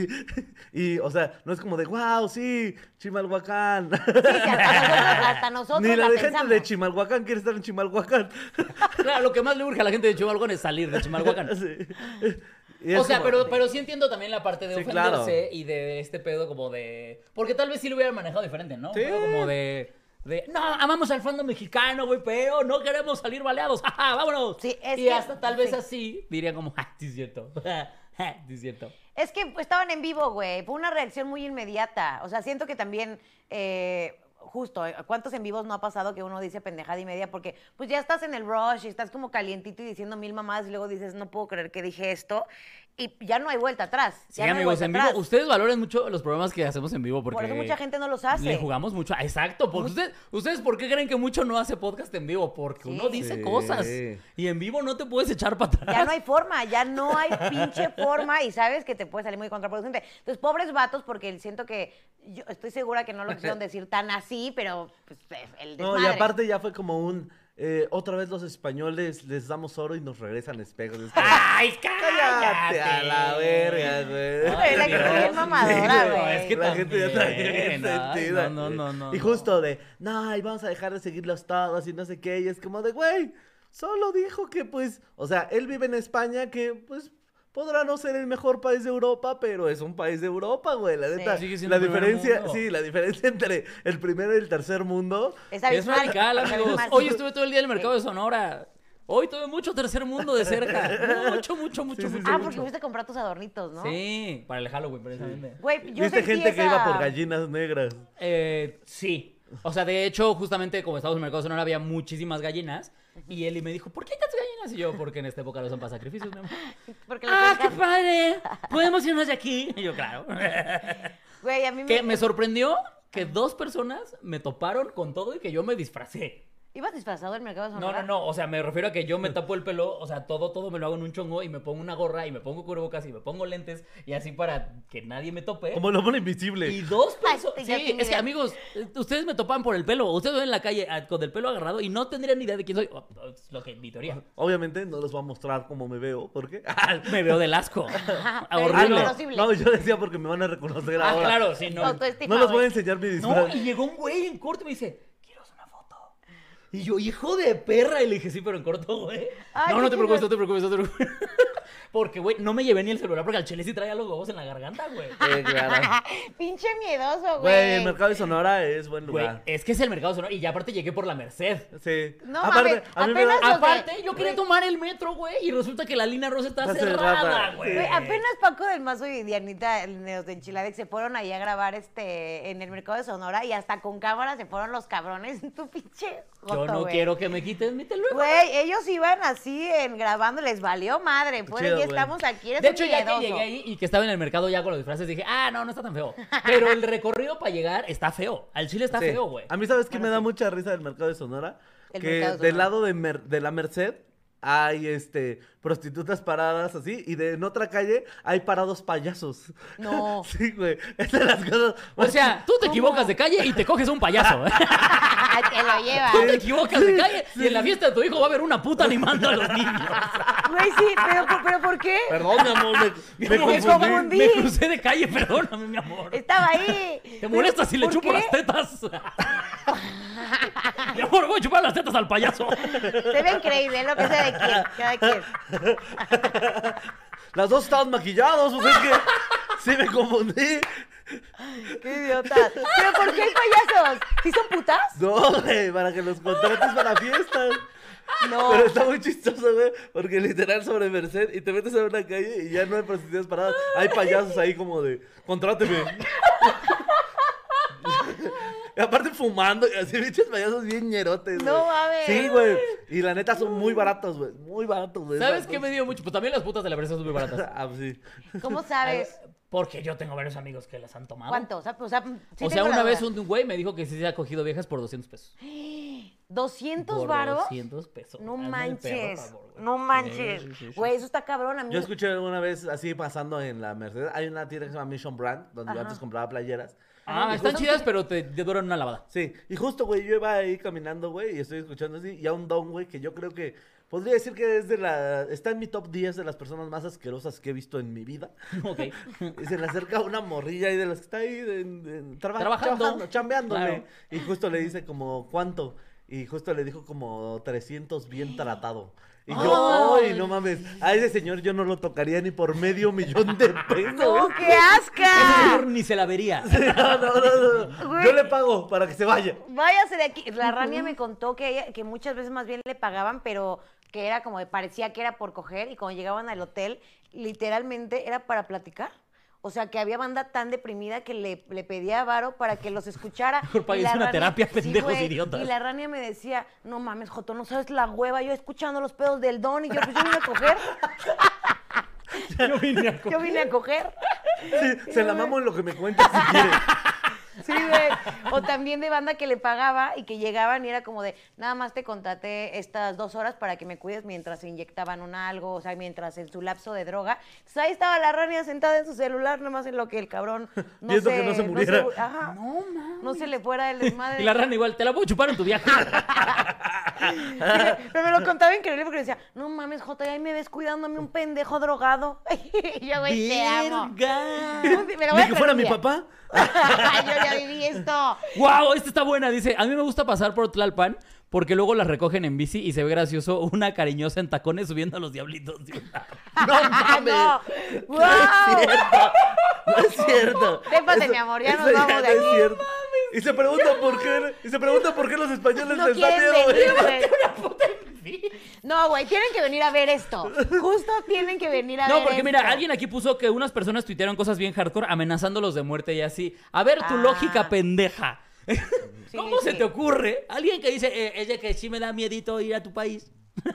C: Y, o sea, no es como de, wow, sí, Chimalhuacán.
B: Sí, sí, hasta nosotros, hasta nosotros
C: Ni la,
B: la
C: de gente
B: pensamos.
C: de Chimalhuacán quiere estar en Chimalhuacán.
A: Claro, lo que más le urge a la gente de Chimalhuacán es salir de Chimalhuacán.
C: Sí. Y es
A: O sea,
C: como-
A: pero, pero sí entiendo también la parte de
C: Sí,
A: ofenderse
C: claro.
A: y de este pedo como de... Porque tal vez sí lo hubieran manejado diferente, ¿no? Un
C: Sí.
A: pedo Como de, de... No, amamos al fandom mexicano, güey, pero no queremos salir baleados. ¡Ja, ja, vámonos
B: Sí, es
A: y
B: que-
A: hasta tal vez
B: sí.
A: así dirían como... ¡Ja, sí es cierto! ¡Ja, ja, sí es cierto!
B: Es que estaban en vivo, güey. Fue una reacción muy inmediata. O sea, siento que también, eh, justo, eh, ¿cuántos en vivos no ha pasado que uno dice pendejada y media? Porque pues ya estás en el rush y estás como calientito y diciendo mil mamadas y luego dices, no puedo creer que dije esto. Y ya no hay vuelta atrás.
A: Sí,
B: ya no hay
A: amigos,
B: vuelta
A: en vivo...
B: atrás.
A: Ustedes valoren mucho los programas que hacemos en vivo porque...
B: Por eso mucha gente no los hace.
A: Le jugamos mucho. Ah, Exacto. Porque ustedes, ustedes, ¿por qué creen que mucho no hace podcast en vivo? Porque
B: Sí.
A: uno dice
C: Sí.
A: cosas. Y en vivo no te puedes echar para atrás.
B: Ya no hay forma, ya no hay pinche forma y sabes que te puede salir muy contraproducente. Entonces, pobres vatos, porque siento que yo estoy segura que no lo quisieron decir tan así, pero pues, el
C: No,
B: desmadre.
C: y aparte ya fue como un. eh, otra vez los españoles les damos oro y nos regresan espejos. Es como,
A: ¡Ay,
C: ¡Cállate a la verga,
B: Ay,
C: güey!
B: la que
A: Dios.
B: bien mamadora,
A: Sí,
B: güey.
A: Es que
C: la gente ya está bien
A: también, ay,
C: sentida.
A: No, no, no, no.
C: Y justo de, no, y vamos a dejar de seguirlos todos y no sé qué. Y es como de, güey, solo dijo que pues, o sea, él vive en España que pues podrá no ser el mejor país de Europa, pero es un país de Europa, güey. La neta,
A: Sigue siendo
C: la
A: primer
C: diferencia,
A: mundo.
C: sí, la diferencia entre el primero y el tercer mundo
B: Es
A: Es
B: abismal.
A: radical,
B: es
A: amigos.
B: abismal.
A: Hoy estuve todo el día en el mercado de Sonora. Hoy tuve mucho tercer mundo de cerca. Mucho, mucho, mucho,
C: Sí, sí, sí.
A: mucho.
B: Ah,
A: mucho.
B: porque fuiste a comprar tus adornitos, ¿no?
A: Sí, para el Halloween, precisamente.
B: Güey, yo
C: Viste
B: sentí
C: gente que iba
B: esa-
C: por gallinas negras.
A: Eh, sí. O sea, de hecho, justamente como estábamos en el mercado de Sonora, había muchísimas gallinas. Y Eli me dijo, ¿por qué hay tantas gallinas? Y yo, porque en esta época los son para sacrificios, mi amor.
B: Porque le
A: ¡Ah, qué
B: pegas-
A: padre! ¿Podemos irnos de aquí? Y yo, claro.
B: Güey, a mí
A: Que me
B: me...
A: sorprendió que dos personas me toparon con todo y que yo me disfracé.
B: ¿Ibas disfrazado del mercado de
A: No,
B: Sonora?
A: no, no, o sea, me refiero a que yo me tapo el pelo, o sea, todo, todo me lo hago en un chongo y me pongo una gorra y me pongo cubrebocas y me pongo lentes y así para que nadie me
B: Eh,
A: tope.
C: Como lo pone invisible.
A: Y dos personas.
B: Ay, ya
A: Sí,
B: tiene
A: es que
B: idea.
A: amigos, eh, ustedes me topan por el pelo. Ustedes ven en la calle ah, con el pelo agarrado y no tendrían ni idea de quién soy. Oh, oh, es lo que, mi teoría.
C: Obviamente no les voy a mostrar cómo me veo, porque. Ah,
A: Me veo del asco. Ah,
B: pero
A: horrible.
B: no, reconocible.
C: no, yo decía porque me van a reconocer
A: Ah,
C: ahora.
A: claro, sí, no.
B: Autoestima,
C: No les
B: güey.
C: voy a enseñar mi
A: No,
C: disfraz.
A: y llegó un güey en corto y me dice, quiero una foto.
C: y...
A: Y yo, hijo de perra. Y le dije, sí, pero en corto, güey.
B: Ay,
A: no, no
B: qué
A: te preocupes,
B: chingón.
A: no te preocupes, no te preocupes. Porque, güey, no me llevé ni el celular porque al chile sí traía los huevos en la garganta, güey.
C: Eh, claro.
B: Pinche miedoso,
C: Güey,
B: Ah, güey.
C: el mercado de Sonora es buen
A: Güey,
C: lugar.
A: es que es el mercado sonoro. Y ya aparte llegué por la Merced.
C: Sí.
B: eh, No
C: Aparte,
B: mames,
C: a mí me da-
B: apenas-
A: Aparte,
B: que-
A: yo quería tomar el metro, güey, y resulta que la línea rosa está
C: Está
A: cerrada,
C: cerrada.
A: güey.
B: Güey, apenas Paco del Mazo y Dianita en los de Enchiladex se fueron ahí a grabar este en el mercado de Sonora y hasta con cámara se fueron los cabrones. Tu pinche.
A: Yo
B: joto,
A: no
B: güey.
A: quiero que me quites mi teléfono.
B: Güey, ellos iban así en grabando, les valió madre. Pues
C: Chido,
B: ya
C: güey.
B: estamos aquí. Eres
A: De
B: un
A: hecho, ya que
B: miedoso.
A: llegué ahí y que estaba en el mercado ya con los disfraces, dije, ah, no, no está tan feo. Pero el recorrido para llegar está feo. Al chile está
C: Sí.
A: feo, güey.
C: A mí, ¿sabes qué
B: Bueno,
C: me da
B: sí.
C: mucha risa del mercado de Sonora?
B: El
C: que
B: mercado de
C: del
B: Sonora.
C: lado de, Mer- de la Merced hay este prostitutas paradas así y de en otra calle hay parados payasos.
B: No.
C: sí, güey. Es de las cosas.
A: O sea, tú te equivocas de calle y te coges a un payaso. ¿eh?
B: Te lo lleva.
A: Tú te equivocas de calle y en la fiesta de tu hijo va a haber una puta animando a los niños.
B: Güey, sí, pero, pero ¿por qué?
C: Perdón, mi amor, me, me
A: Mi amor,
B: me
C: confundí.
B: confundí.
A: Me crucé de calle, perdóname, mi amor.
B: Estaba ahí.
A: ¿Te molestas si le
B: ¿Por
A: chupo
B: qué?
A: las tetas? mi amor, voy a chupar las tetas al payaso.
B: Se ve increíble, es lo que sea de quién. Cada quien.
C: Las dos estaban maquillados, o sea, es que sí me confundí.
B: Qué idiotas. ¿Pero por qué hay payasos? ¿Sí son putas?
C: No, güey, para que los contrates para fiestas.
B: No.
C: Pero está muy chistoso, güey, porque literal sobre Merced y te metes a una calle y ya no hay prostitutas paradas. Hay payasos ahí como de, contráteme. y aparte fumando y así, bichos payasos bien ñerotes, güey.
B: No mames.
C: Sí, güey. Y la neta son muy baratos, güey. Muy baratos, güey.
A: ¿Sabes
C: Esas
A: qué me dio mucho? Pues también las putas de la presa son muy
C: cosas.
A: baratas.
C: Ah, sí.
B: ¿Cómo sabes?
A: Porque yo tengo varios amigos que las han tomado.
B: ¿Cuánto? O sea, pues, o sea, sí
A: o sea,
B: tengo la
A: una vez
B: duda.
A: un un güey me dijo que sí se ha cogido viejas por 200 pesos.
B: ¿200
A: Por
B: varos?
A: 200 pesos.
B: No
A: Hazme el perro
B: manches.
A: favor, güey.
B: no manches.
A: Sí, sí, sí, sí.
B: Güey, eso está cabrón, amigo.
C: Yo escuché alguna vez así pasando en la Merced. Hay una tienda que se llama Mission Brand, donde yo
B: Ajá.
C: antes compraba playeras.
A: Ah, están chidas, pero te, te duran una lavada.
C: Sí, y justo, güey, yo iba ahí caminando, güey, y estoy escuchando así, y a un don, güey, que yo creo que podría decir que es de la. Está en mi top 10 de las personas más asquerosas que he visto en mi vida.
A: Ok.
C: Y se le acerca una morrilla ahí de las que está ahí en- en- traba-
A: Trabajando.
C: trabajando, chambeando, güey.
A: Claro.
C: Y justo le dice, como, ¿cuánto? Y justo le dijo, como, 300 bien tratado. Y yo,
A: Ay.
C: ¡ay, no mames! A ese señor yo no lo tocaría ni por medio millón de pesos.
B: ¡No, qué
A: Ese
B: asca!
A: señor ni se la vería.
C: No, no, no, no.
B: Güey.
C: Yo le pago para que se vaya.
B: Váyase de aquí. La Rania me contó que, ella- que muchas veces más bien le pagaban, pero que era como, de- parecía que era por coger y cuando llegaban al hotel, literalmente era para platicar. O sea, que había banda tan deprimida que le, le pedía a Varo para que los escuchara.
A: Mejor
B: Y
A: pagues
B: la
A: una terapia,
B: Sí,
A: pendejos
B: güey.
A: idiotas.
B: Y la Rania me decía, no mames, Joto, no sabes la hueva, yo escuchando los pedos del don y yo, pues, yo vine a coger,
A: Yo vine a co-
B: yo vine a coger.
C: Sí, se la mamo en lo que me cuentas si quieres.
B: Sí, güey. O también de banda que le pagaba y que llegaban y era como de, nada más te contraté estas dos horas para que me cuides mientras se inyectaban un algo, o sea, mientras en su lapso de droga. Entonces ahí estaba la rania sentada en su celular, nada más en lo que el cabrón no
C: Viendo
B: se,
C: que no se muriera.
B: No, ajá, no se le fuera el desmadre.
A: Y la rana igual, te la puedo chupar en tu viaje.
B: Pero me lo contaba increíble porque decía, no mames, Jota, ahí me ves cuidándome un pendejo drogado. y yo, güey, te amo.
A: Verga.
B: Un día- Pues me lo voy
C: Ni
B: a
C: que fuera
B: hacer un
C: mi
B: día.
C: papá.
B: yo ya viví esto.
A: ¡Wow! Esta está buena. Dice: A mí me gusta pasar por Tlalpan porque luego las recogen en bici y se ve gracioso una cariñosa en tacones subiendo a los diablitos. de un lado".
C: No mames.
B: No.
C: No es
B: ¡Guau!
C: cierto. No es cierto.
B: Trépate,
C: Eso-
B: mi amor, ya
C: eso
B: nos vamos de
C: no es
B: aquí.
C: cierto. Y se pregunta por qué, y se pregunta por qué los españoles
B: No
C: les da
B: quieren
C: miedo, ¿eh? güey.
B: venir, pues. güey. No, güey, tienen que venir a ver esto. Justo tienen que venir a ver
A: No, porque mira,
B: esto.
A: alguien aquí puso que unas personas tuitearon cosas bien hardcore amenazándolos de muerte y así. A ver, tu
B: Ah.
A: lógica pendeja. ¿Cómo
B: sí,
A: se
B: sí.
A: te ocurre? Alguien que dice, eh, es de que sí me da miedito ir a tu país.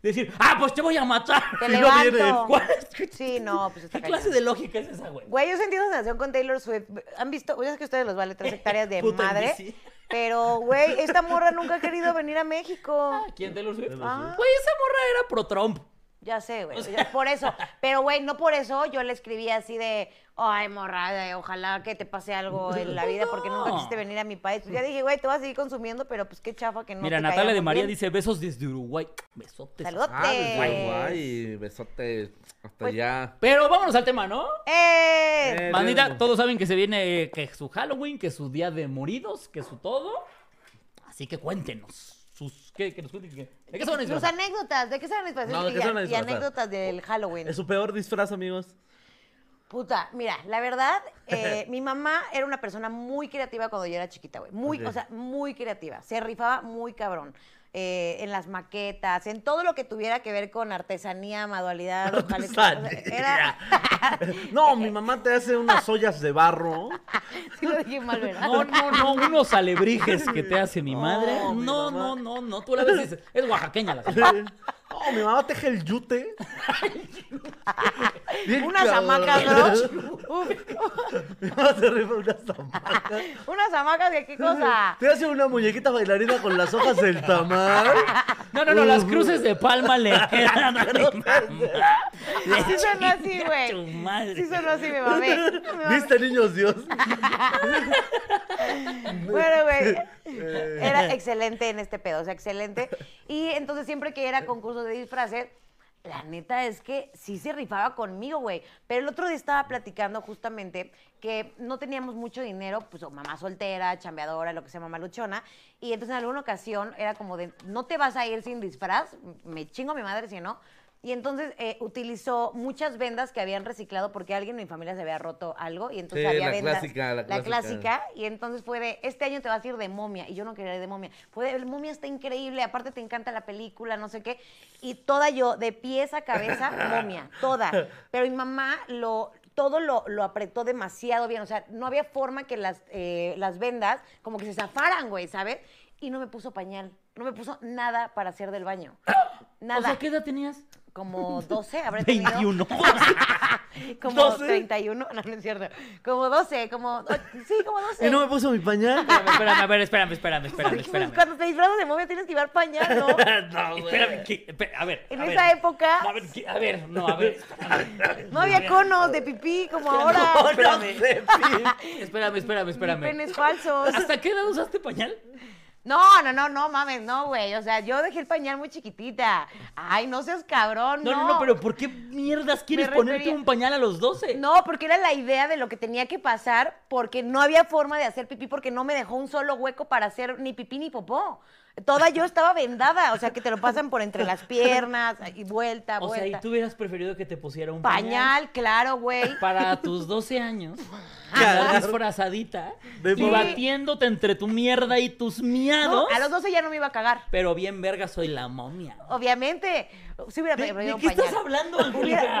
A: Decir, ah, pues te voy a matar.
B: Te
A: Y no
B: levanto.
A: vienes. ¿Cuál es?
B: Sí, no, pues está
A: ¿Qué clase
B: cañón.
A: de lógica es esa, güey?
B: Güey, yo sentí esa sensación con Taylor Swift. ¿Han visto? Ya es que a ustedes los vale tres hectáreas de
A: Puta en
B: madre.
A: bici.
B: Pero, güey, esta morra nunca ha querido venir a México.
A: ¿Quién Taylor Swift? Güey, esa
C: Taylor
B: Swift.
A: morra era pro Trump.
B: Ya sé, güey. ya- Por eso. Pero, güey, no por eso yo le escribí así de, ay, morra, de, ojalá que te pase algo en la vida porque nunca
A: No.
B: quisiste venir a mi país. Pues ya dije, güey, te vas a seguir consumiendo, pero pues qué chafa que no
A: Mira,
B: te
A: Natalia
B: caiga
A: de
B: muy
A: María
B: bien.
A: dice, besos desde Uruguay. Besotes.
B: Saludotes.
C: Ah, desde Uruguay, besote hasta
B: Pues,
C: allá.
A: Pero vámonos al tema, ¿no?
B: ¡Eh!
C: Eh,
A: Bandita,
C: bien.
A: todos saben que se viene eh, que su Halloween, que su día de moridos, que su todo. Así que cuéntenos. sus... ¿Qué? ¿Que nos cuenten qué? ¿De qué se van a
B: Sus
A: disfrazar?
B: anécdotas, ¿de qué se van a disfrazar?
C: No, ¿de qué
B: Y-
C: se van a
B: y
C: disfrazar?
B: anécdotas del Halloween.
C: Es su peor disfraz, amigos.
B: Puta, mira, la verdad, eh, mi mamá era una persona muy creativa cuando yo era chiquita, güey. Muy,
C: Ok.
B: o sea, muy creativa. Se rifaba muy cabrón. Eh, en las maquetas, en todo lo que tuviera que ver con artesanía, manualidad, locales, o sea, era.
C: No, mi mamá te hace unas ollas de barro.
B: Sí lo dije mal, ¿verdad?
A: No, no, no, unos alebrijes que te hace mi
C: No,
A: madre.
C: mi mamá.
A: No, no, no, no, tú la ves y dices, es oaxaqueña la señora.
C: No, mi mamá teje el yute. Bien
B: Unas
C: cabrón.
B: hamacas, ¿no? Uf,
C: Mi mamá se rifa unas hamacas.
B: unas hamacas de qué cosa.
C: Te hace una muñequita bailarina con las hojas del tamal.
A: No, no, no, las cruces de palma le quedan a mi mamá.
B: Sí sonó así,
A: Tu
B: güey.
A: madre.
B: Sí sonó así, me mamé. Me mamé.
C: ¿Viste, niños Dios?
B: Bueno, güey.
C: Eh.
B: Era excelente en este pedo, o sea, excelente. Y entonces siempre que era concurso de disfraces, la neta es que sí se rifaba conmigo, güey. Pero el otro día estaba platicando justamente que no teníamos mucho dinero, pues o mamá soltera, chambeadora, lo que sea, mamá luchona. Y entonces en alguna ocasión era como de, no te vas a ir sin disfraz, me chingo a mi madre si no. Y entonces eh, utilizó muchas vendas que habían reciclado porque alguien en mi familia se había roto algo y entonces
C: Sí,
B: había
C: la
B: vendas.
C: clásica, la
B: La
C: clásica.
B: clásica y entonces fue de, este año te vas a ir de momia, y yo no quería ir de momia. Fue de, el momia está increíble, aparte te encanta la película, no sé qué. Y toda yo, de pies a cabeza, momia, toda. Pero mi mamá lo... Todo lo, lo apretó demasiado bien, o sea, no había forma que las, eh, las vendas como que se zafaran, güey, ¿sabes? Y no me puso pañal, no me puso nada para hacer del baño. Nada.
A: O sea, ¿qué edad tenías?
B: Como 12, habré tenido.
A: 21.
B: Como
C: 12.
B: 31, no, no es cierto. Como 12, como. Sí, como 12.
C: Y no me puso mi pañal.
A: Espérame, espérame, a ver, espérame, espérame, espérame,
B: Porque, pues,
A: espérame.
B: Cuando te disfrazas de momia tienes que llevar pañal, ¿no?
C: No, güey.
A: Espérame, que- espe- a ver.
B: En
A: a ver.
B: esa época-
A: A ver, que- a ver, no, a ver.
B: No había conos de pipí como ahora.
C: No, no
A: Espérame.
C: sé,
A: Espérame, espérame, espérame.
B: Penes falsos.
A: ¿Hasta qué edad usaste pañal?
B: No, no, no, no mames, no, güey. O sea, yo dejé el pañal muy chiquita. Ay, no seas cabrón,
A: No,
B: no.
A: no, no, pero ¿por qué mierdas quieres
B: Me
A: ponerte
B: refería-
A: un pañal a los 12?
B: No, porque era la idea de lo que tenía que pasar, porque no había forma de hacer pipí, porque no me dejó un solo hueco para hacer ni pipí ni popó. Toda yo estaba vendada, o sea, que te lo pasan por entre las piernas y vuelta,
A: o
B: vuelta.
A: sea, ¿y tú hubieras preferido que te pusiera un pañal?
B: Pañal, claro, güey.
A: Para tus 12 años,
C: Claro.
A: disfrazadita
C: De
A: y
C: momia.
A: batiéndote entre tu mierda y tus
B: No,
A: miados.
B: a los 12 ya no me iba a cagar.
A: Pero bien verga soy la momia.
B: Obviamente, sí hubiera
A: ¿De, de
B: preferido un
A: qué
B: pañal.
A: estás hablando,
B: Hubiera,
A: Angélica?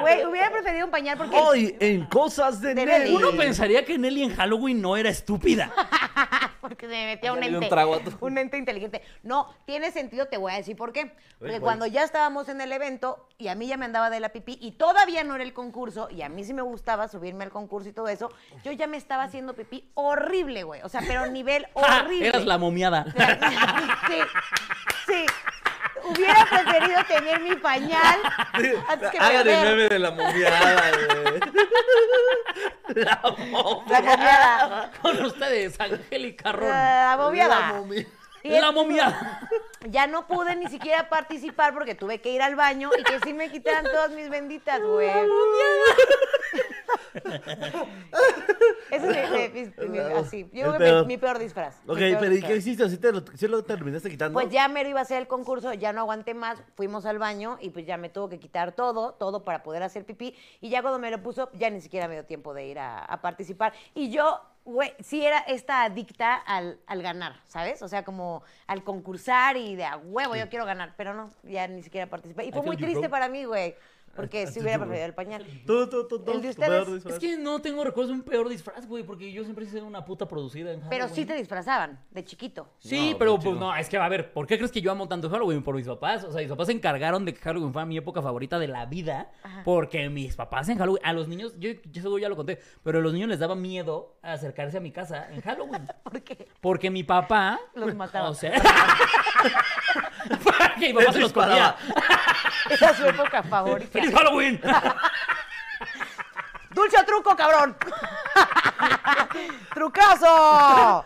B: güey, hubiera preferido un pañal porque...
C: Hoy en Cosas de
B: De
C: Nelly.
B: Nelly.
A: Uno pensaría que Nelly en Halloween no era estúpida. Ah,
B: Porque se me metía
C: Ya
B: un
C: le di un
B: ente.
C: trago a tu-
B: Un ente inteligente. No, tiene sentido, te voy a decir por qué. Porque
C: voy.
B: cuando ya estábamos en el evento y a mí ya me andaba de la pipí y todavía no era el concurso y a mí sí me gustaba subirme al concurso y todo eso, yo ya me estaba haciendo pipí horrible, güey. O sea, pero nivel
A: Ja,
B: horrible.
A: Eras la momiada.
B: Sí, sí. Hubiera preferido tener mi pañal antes que
C: Hagan el
B: perder.
C: meme de la momiada, güey.
B: La momiada.
A: Con ustedes, Angélica Ron.
B: La
C: La
B: momiada.
C: momi-
B: Ah, Y el-
A: La momiada.
B: Ya no pude ni siquiera participar porque tuve que ir al baño y que sí me quitaran todas mis benditas, güey. Eso es mi- mi- mi- mi- así.
C: El
B: Yo creo que
C: peor.
B: mi, mi peor disfraz. mi
C: Ok,
B: peor
C: pero ¿y
B: disfraz.
C: qué hiciste? ¿Sí, te lo, sí lo terminaste quitando?
B: Pues ya mero iba a hacer el concurso, ya no aguanté más, fuimos al baño y pues ya me tuvo que quitar todo, todo para poder hacer pipí. Y ya cuando me lo puso, ya ni siquiera me dio tiempo de ir a, a participar. Y yo, güey, sí era esta adicta al, al ganar, ¿sabes? O sea, como al concursar y de a huevo, yo quiero ganar, pero no, ya ni siquiera participé. Y fue
A: feel
B: muy
A: you,
B: triste
A: bro.
B: para mí, güey,
C: I- I
B: porque si
C: feel
B: hubiera
C: you, bro.
B: preferido el pañal.
C: Tú, tú, tú, tú.
B: El de
C: tu peor
B: ustedes.
C: disfraz.
A: Es que no tengo recuerdos de un peor disfraz, güey, porque yo siempre hice una puta producida en Halloween.
B: Pero sí te disfrazaban, de chiquito.
A: Sí,
C: No,
A: pero
C: qué
A: pues
C: chido.
A: no, es que a ver, ¿por qué crees que yo amo tanto Halloween? Por mis papás. O sea, mis papás se encargaron de que Halloween fuera mi época favorita de la vida. Porque mis papás en Halloween, a los niños, yo, yo seguro ya lo conté, pero a los niños les daba miedo acercarse a mi casa en Halloween.
B: ¿Por qué?
A: Porque mi papá.
B: Los mataba.
A: O sea. porque mi papá
C: Les
A: se los
C: disparaba.
A: comía.
B: Era su época favorita.
A: ¡Feliz Halloween!
B: ¡Dulce o truco, cabrón! ¡Trucazo!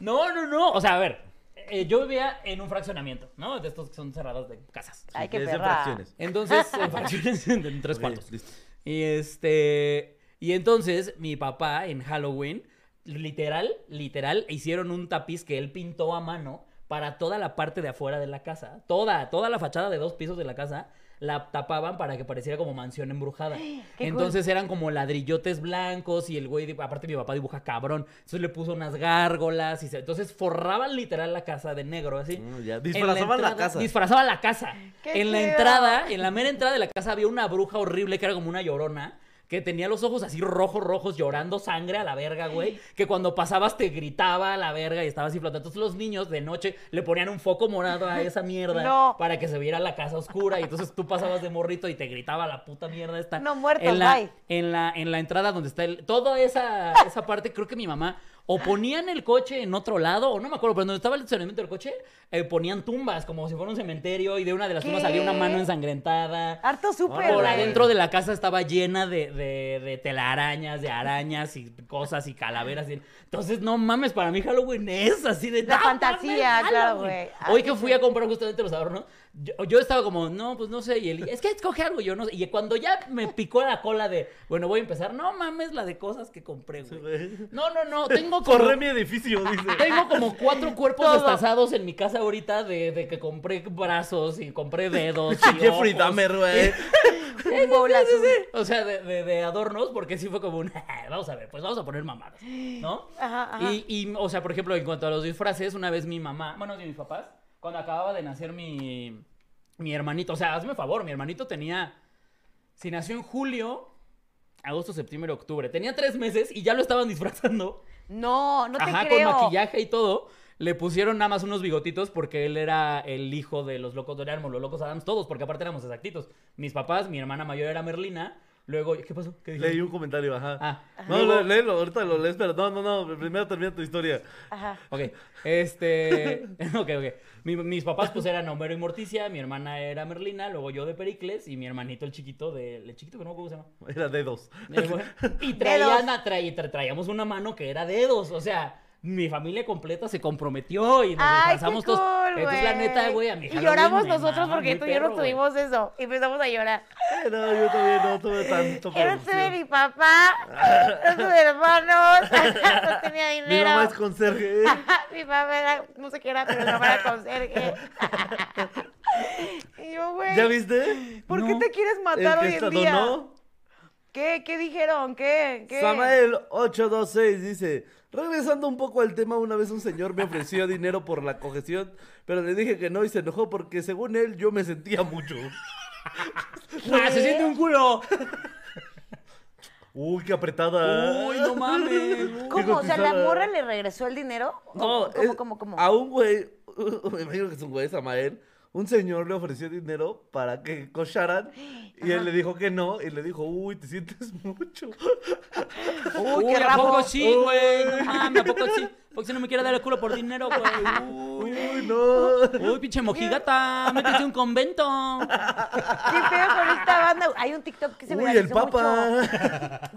A: No, no, no. O sea, a ver, eh, yo vivía en un fraccionamiento, ¿no? De estos que son cerradas de casas.
B: Ay, qué
C: Es de
B: perra.
C: fracciones.
A: Entonces,
B: eh,
A: en fracciones en, en tres
C: Ok,
A: cuartos.
C: listo.
A: Y este. Y entonces, mi papá en Halloween, literal, literal, hicieron un tapiz que él pintó a mano para toda la parte de afuera de la casa. Toda, toda la fachada de dos pisos de la casa la tapaban para que pareciera como mansión embrujada.
B: cool!
A: Entonces eran como ladrillotes blancos y el güey, di- aparte mi papá dibuja cabrón, entonces le puso unas gárgolas y se- entonces forraban literal la casa de negro así.
C: Mm, ya.
A: En la
C: Disfrazaban la
A: entrada-
C: casa.
A: Disfrazaban la casa.
B: ¡Qué
A: en la
B: chido!
A: entrada, en la mera entrada de la casa había una bruja horrible que era como una llorona. Que tenía los ojos así rojos, rojos, llorando sangre a la verga, güey. Que cuando pasabas te gritaba a la verga y estaba así flotando. Entonces los niños de noche le ponían un foco morado a esa mierda
B: No.
A: para que se viera la casa oscura. Y entonces tú pasabas de morrito y te gritaba la puta mierda esta.
B: No, muertos,
A: en la,
B: bye.
A: en la, en la entrada donde está el. Toda esa, esa parte, creo que mi mamá. O ponían el coche en otro lado, o no me acuerdo, pero donde estaba el estacionamiento del coche, eh, ponían tumbas, como si fuera un cementerio, y de una de las tumbas
B: ¿Qué?
A: salía una mano ensangrentada.
B: Harto súper.
A: Por
B: güey.
A: adentro de la casa estaba llena de, de- de telarañas, de arañas y cosas y calaveras. y- Entonces, no mames, para mí Halloween es así de...
B: La
A: ¡No
B: fantasía,
A: mames,
B: claro,
A: Halloween!
B: güey.
A: Hoy que fui a comprar justamente los adornos, yo, yo estaba como, no, pues no sé, y él, es que escoge algo, yo no sé. Y cuando ya me picó la cola de, bueno, voy a empezar, no mames la de cosas que compré, güey. No, no, no, tengo como...
C: Corre mi edificio, dice.
A: Tengo como cuatro cuerpos
B: Todo.
A: destazados en mi casa ahorita de, de que compré brazos y compré dedos. y
C: Jeffrey
A: ojos.
C: Dahmer, güey.
B: Un bowl azul.
A: O sea, de, de- de adornos, porque sí fue como un. "Ah, Vamos a ver, pues vamos a poner mamadas, ¿no?
B: Ajá, ajá.
A: Y, y, o sea, por ejemplo, en cuanto a los disfraces, una vez mi mamá, bueno, de mis papás, cuando acababa de nacer mi, mi hermanito, o sea, hazme favor, mi hermanito tenía. Si nació en julio, agosto, septiembre, octubre, tenía tres meses y ya lo estaban disfrazando.
B: No, no te
A: Ajá,
B: creo.
A: con maquillaje y todo. Le pusieron nada más unos bigotitos porque él era el hijo de los locos Doreamos, los locos Adams, todos, porque aparte éramos exactitos. Mis papás, mi hermana mayor era Merlina. Luego, ¿qué pasó? ¿Qué dije?
C: Leí un comentario, ajá.
A: Ah.
C: no,
A: Luego-
C: lo- léelo, ahorita lo lees, pero no, no, no, primero termina tu historia.
B: Ajá.
A: Ok, este. Ok, ok. Mi- mis papás, pues eran Homero y Morticia. Mi hermana era Merlina. Luego yo de Pericles. Y mi hermanito, el chiquito, de. El chiquito que no me acuerdo cómo se llama.
C: Era dedos.
A: Eh, bueno, Y traían a- tra- y tra- traíamos una mano que era dedos, o sea, mi familia completa se comprometió y nos
B: Ay, qué
A: disfrazamos
B: cool,
A: todos.
B: güey.
A: Entonces, la neta, güey, a mi
B: Y
A: Halloween
B: lloramos
A: me
B: nosotros
A: mama
B: porque
A: muy
B: tú y yo no
A: perro, güey.
B: tuvimos eso. Y empezamos a llorar.
C: Eh, no, yo también no tuve tanto
B: Yo no tuve
C: producción.
B: mi papá, no tuve hermanos, no tenía
C: Mi
B: dinero.
C: mamá es conserje. ¿eh?
B: Mi papá era, no sé qué era, pero mi papá era conserje. y yo, güey.
C: ¿Ya viste?
B: ¿Por qué
A: No.
B: te quieres
C: El
B: matar hoy
C: que
B: en
C: esta
B: día?
C: donó,
B: ¿Qué? ¿Qué dijeron? ¿Qué? ¿Qué?
C: Samael 826 dice, regresando un poco al tema, una vez un señor me ofreció dinero por la cojeción, pero le dije que no y se enojó porque según él yo me sentía mucho.
A: ¡Ah, se siente un culo!
C: Uy, qué apretada.
A: ¡Uy, no mames!
C: Qué
B: ¿Cómo? O sea, ¿la
C: cotizada.
B: morra le regresó el dinero?
C: No,
B: ¿O ¿Cómo,
C: es-
B: cómo, cómo?
C: A un güey, me imagino que es un güey, Samael, un señor le ofreció dinero para que cocharan y él le dijo que no y le dijo, uy, te sientes mucho.
A: ¡Uy,
B: qué
A: ¿a poco
B: rabo.
A: sí, güey! ¡No mames, a poco sí! Porque si no me quiere dar el culo por dinero, güey. Uy.
C: Uy, no.
A: Uy, pinche mojigata, métete a un convento.
B: ¿Qué pedo con esta banda? Hay un TikTok que se
C: Uy,
B: viralizó
C: el papa.
B: mucho.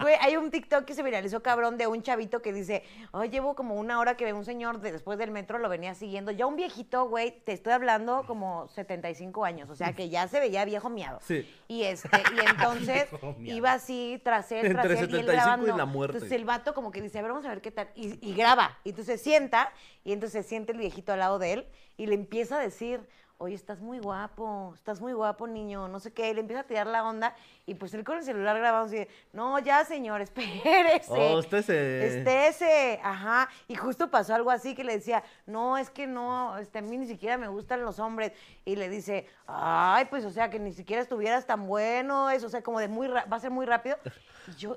B: Güey, hay un TikTok que se viralizó cabrón de un chavito que dice, ay, llevo como una hora que veo un señor de- después del metro, lo venía siguiendo. Ya un viejito, güey, te estoy hablando como 75 años, o sea que ya se veía viejo miado.
C: Sí.
B: Y este, y entonces
A: Viejo miado.
B: iba así tras él, tras
C: Entre
B: él, y él
C: 75 y
B: grabando.
C: la muerte.
B: Entonces el vato como que dice, a ver, vamos a ver qué tal. Y, y graba. Y entonces se sienta, y entonces se siente el viejito al lado de él, y le empieza a decir, oye, estás muy guapo, estás muy guapo, niño, no sé qué. Y le empieza a tirar la onda, y pues él con el celular grabando así, de, no, ya, señor, espérese.
C: Oh, estése.
B: Este. Estése, ajá. Y justo pasó algo así que le decía, no, es que no, este, a mí ni siquiera me gustan los hombres. Y le dice, ay, pues, o sea, que ni siquiera estuvieras tan bueno, es, o sea, como de muy, ra- va a ser muy rápido. Y yo...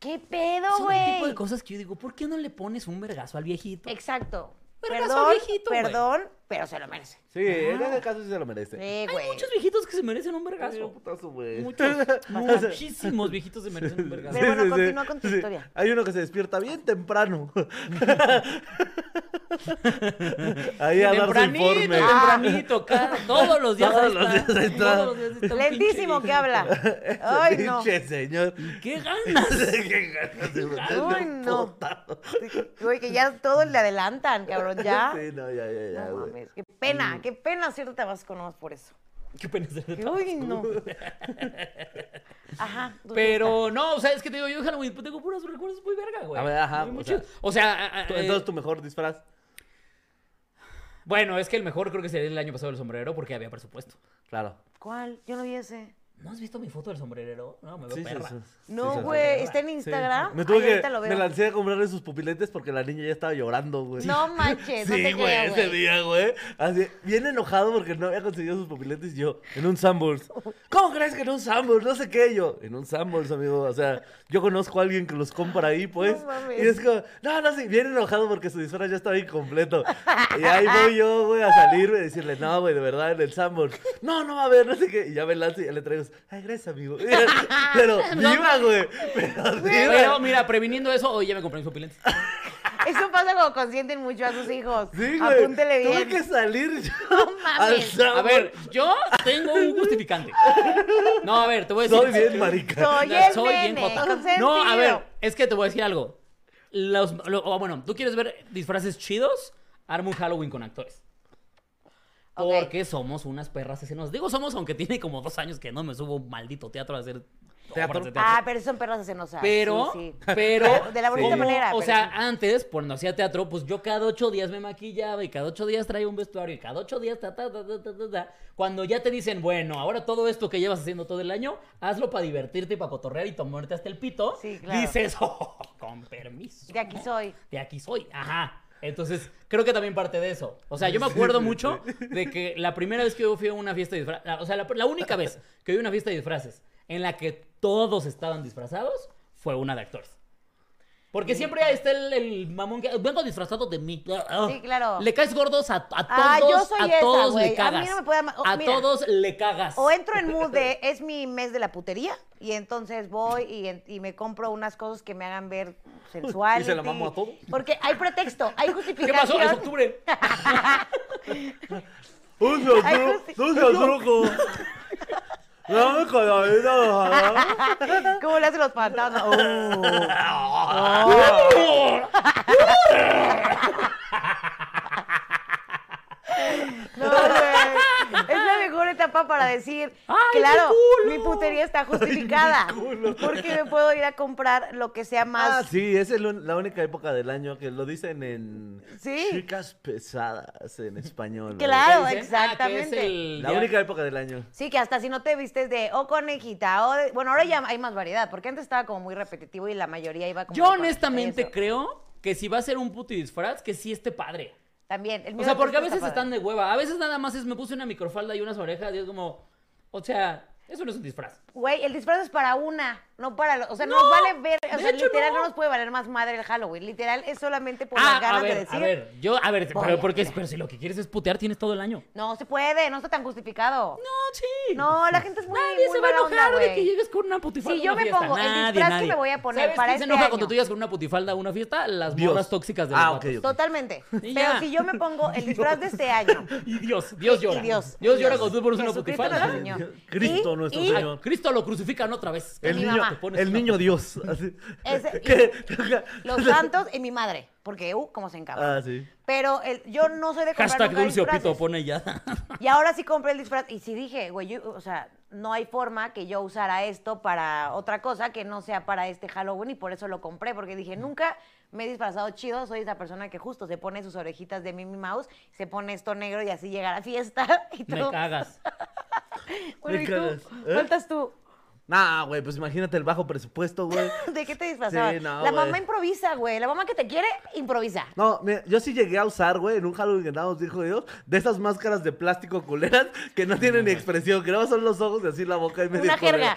B: ¿Qué pedo,
A: Son el tipo
B: güey?
A: de cosas que yo digo, ¿por qué no le pones un vergazo al viejito?
B: Exacto.
A: Vergazo
B: perdón,
A: viejito, güey.
B: perdón, pero se lo merece.
C: Sí, en ese caso sí se lo merece.
B: Sí,
A: Hay
B: güey.
A: muchos viejitos que se merecen un
C: Sí, un
A: vergazo.
C: putazo, güey.
A: Muchos, muchísimos viejitos se merecen un vergazo.
B: Pero bueno, continúa con tu historia.
C: Hay uno que se despierta bien temprano. Ahí a dar su
A: Tempranito,
C: informe. Ah.
A: tempranito, cada- todos los días.
C: Todos
A: ahí
C: los
A: está,
C: días ahí está.
A: todos los días está un
B: Lentísimo
A: pinche
B: que habla.
C: Ese
B: Ay, no.
C: pinche señor.
A: viejito. ¿Qué ganas?
C: Qué ganas de meterle
B: Uy,
C: un
B: no.
C: putazo.
B: Güey, que ya todos le adelantan, cabrón, ya.
C: Sí, no, ya, ya, ya,
B: No
C: güey.
B: mames, qué pena, qué pena cierto Tabasco nomás por eso.
A: Qué pena ser de Tabasco.
B: Uy, no. Ajá. tú
A: Pero no, o sea, es que te digo, yo de Halloween pues, tengo puros recuerdos muy verga, güey.
C: A ver, ajá,
A: Muy
C: o sea,
A: eh, chidos. O sea, a- a-
C: Tú-
A: eh,
C: Entonces, tu mejor disfraz.
A: Bueno, es que el mejor creo que sería el año pasado el sombrerero porque había presupuesto.
C: Claro.
B: ¿Cuál? Yo no vi ese.
A: ¿No has visto mi foto del sombrerero? No, me veo
C: Sí, sí,
A: perra.
C: sí. Sí,
B: No,
C: sí,
B: güey,
A: sí.
B: está en
C: sí.
B: Instagram.
C: Me tuve
B: Ay,
C: que.
B: ahorita lo veo.
C: Me lancé a comprarle sus pupiletes porque la niña ya estaba llorando, güey.
B: No manches, no
C: Sí,
B: te
C: güey,
B: creo,
C: ese
B: güey.
C: día, güey. Así, bien enojado porque no había conseguido sus pupiletes y yo, en un Sambors. ¿Cómo crees que en un Sambors? No sé qué, yo. En un Sambors, amigo. O sea, yo conozco a alguien que los compra ahí, pues.
B: No mames.
C: Y es como, no, no, sí, bien enojado porque su disfraz ya estaba incompleto. Y ahí voy yo, güey, a salir, güey, y decirle, no, güey, de verdad, en el Sambors. No, no va a haber, no sé qué. Y ya me lanzo y ya le traigo, ay, gracias, amigo. Pero viva, güey. Pero
A: Pero
C: viva.
A: mira, previniendo eso, hoy ya me compré mis pupilentes.
B: Eso pasa cuando consienten mucho a sus hijos.
C: Sí, güey.
B: Apúntele
C: Tuve
B: bien.
C: que salir yo
B: mames.
C: al
B: A
A: A
C: Sanborns.
A: ver, yo tengo un justificante. No, a ver, te
B: Pues
A: voy a decir.
C: Soy bien marica.
B: Soy
A: No,
B: el
A: soy bien
B: nene,
A: jota.
B: consentido.
A: No, a ver, es que te voy a decir algo. Los, lo- oh, bueno, ¿tú quieres ver disfraces chidos? Arma un Halloween con actores.
B: Ok.
A: Porque somos unas perras escenas. Digo somos, aunque tiene como dos años que no me subo a un maldito teatro a hacer
C: Teatro.
A: obras de teatro.
B: Ah, pero son perros cenosas.
A: Pero,
B: Sí, sí.
A: pero.
B: De la bonita
A: como-
B: manera,
A: O
B: pero
A: sea,
B: sí.
A: antes, cuando hacía teatro, pues yo cada ocho días me maquillaba y cada ocho días traía un vestuario y cada ocho días. Ta, ta, ta, ta, ta, ta, ta. Cuando ya te dicen, bueno, ahora todo esto que llevas haciendo todo el año, hazlo para divertirte y para cotorrear y tomarte hasta el pito.
B: Sí, claro.
A: Dices, oh, con permiso.
B: De aquí soy.
A: De aquí soy, ajá. Entonces, creo que también parte de eso. O sea, yo me acuerdo mucho de que la primera vez que yo fui a una fiesta de disfraces, o sea, la, la única vez que vi una fiesta de disfraces en la que todos estaban disfrazados fue una de actores. Porque siempre ahí está el, el mamón que vengo disfrazado de mí. Ah,
B: Sí, claro.
A: Le caes gordos a, a todos,
B: Ah, yo soy
A: a
B: esa,
A: todos
B: güey. A
A: le
B: mí
A: cagas.
B: no me puede ama- oh,
A: a
B: mira.
A: todos le cagas.
B: O entro en mood de es mi mes de la putería y entonces voy y, en- y me compro unas cosas que me hagan ver sensual.
C: Y se la mamo a todo.
B: Porque hay pretexto, hay
A: ¿Qué
B: justificación.
A: pasó? Es octubre.
C: Un saludo,
B: Ay, Gusti.
C: un saludo. Dame con la vida, ojalá.
B: ¿Cómo le hacen los fantasmas? Oh. No, güey. Es la mejor etapa para decir,
A: ¡Ay,
B: claro,
A: mi
B: mi,
A: culo!
B: putería está justificada.
C: culo!
B: Porque me puedo ir a comprar lo que sea más.
C: Ah, sí, esa es lo- la única época del año que lo dicen en
B: Sí.
C: chicas pesadas en español. güey.
B: Claro,
A: Dicen, ah, que es
B: exactamente.
A: el
C: La
A: día-
C: única época del año.
B: Sí, que hasta si no te vistes de o conejita o de- bueno, ahora ya hay más variedad, porque antes estaba como muy repetitivo y la mayoría iba como
A: Yo
B: con
A: honestamente
B: eso.
A: creo que si va a ser un puto disfraz, que sí esté padre.
B: también, el
A: O
B: mío
A: sea,
B: de
A: porque a
B: Cristo
A: veces
B: pues, está
A: están
B: padre.
A: de hueva. A veces nada más es me puse una microfalda y unas orejas y es como, o sea, eso no es un disfraz.
B: Güey, el disfraz es para una, no para los, o sea, nos vale ver, o
A: de
B: sea,
A: hecho,
B: literal no.
A: no.
B: nos puede valer más madre el Halloween, literal es solamente por
A: ah,
B: las ganas
A: a ver,
B: de decir.
A: a ver, yo, a ver,
B: Voy
A: pero,
B: a
A: porque,
B: tirar.
A: pero si lo que quieres es putear, tienes todo el año.
B: No se puede, no está tan justificado.
A: No, sí.
B: No, la gente es muy
A: Nadie
B: muy
A: se va a
B: mala onda,
A: enojar de
B: güey.
A: que llegues con una putifalda.
B: Si
A: a
B: yo
A: una
B: me
A: fiesta.
B: pongo el
A: Nadie,
B: disfraz que
A: nadie.
B: me voy a poner
A: ¿Sabes
B: para
A: quién
B: este
A: se enoja
B: año?
A: cuando tú llegas con una putifalda a una fiesta? Las
C: Dios.
A: morras tóxicas de los
C: Ah,
A: vatos.
C: ok, ok.
B: Totalmente.
A: Y
B: Pero
A: ya.
B: si yo me pongo el disfraz de este año,
A: Y Dios, Dios
B: Y- y
A: llora.
B: Dios, y
A: llora
B: Dios.
A: cuando tú pones una
B: Jesucristo nuestro
A: putifalda.
B: Señor.
C: Cristo
B: Y-
C: nuestro
B: y-
A: A
C: Señor.
A: Cristo lo crucifican otra vez.
C: El
B: mi
C: niño,
B: mamá.
A: Te pones
C: el
A: una
C: niño Dios. así.
B: Ese-
C: ¿Qué?
B: los santos y mi madre, porque uh, como se encaba.
C: Ah, sí.
B: Pero el- yo no soy de comprar
A: Hashtag
B: nunca
A: dulce opito
B: disfraces.
A: pone ya.
B: Y ahora sí compré el disfraz. Y sí dije, güey, yo- o sea, no hay forma que yo usara esto para otra cosa que no sea para este Halloween. Y por eso lo compré, porque dije, nunca me he disfrazado chido. Soy esa persona que justo se pone sus orejitas de Minnie Mouse, se pone esto negro y así llega a la fiesta. Y tú,
A: Me cagas.
B: Bueno,
C: me
B: ¿y tú?
C: cagas. ¿Eh?
B: Faltas tú.
C: Nah, güey, pues imagínate el bajo presupuesto, güey.
B: ¿De qué te disfrazabas?
C: Sí, no,
B: la
C: güey.
B: mamá improvisa, güey. La mamá que te quiere, improvisa.
C: No, mira, yo sí llegué a usar, güey, en un Halloween que andábamos, dijo Dios, de esas máscaras de plástico culeras que no tienen ni expresión, que nada más son los ojos y así la boca y medio.
B: Una
C: culera.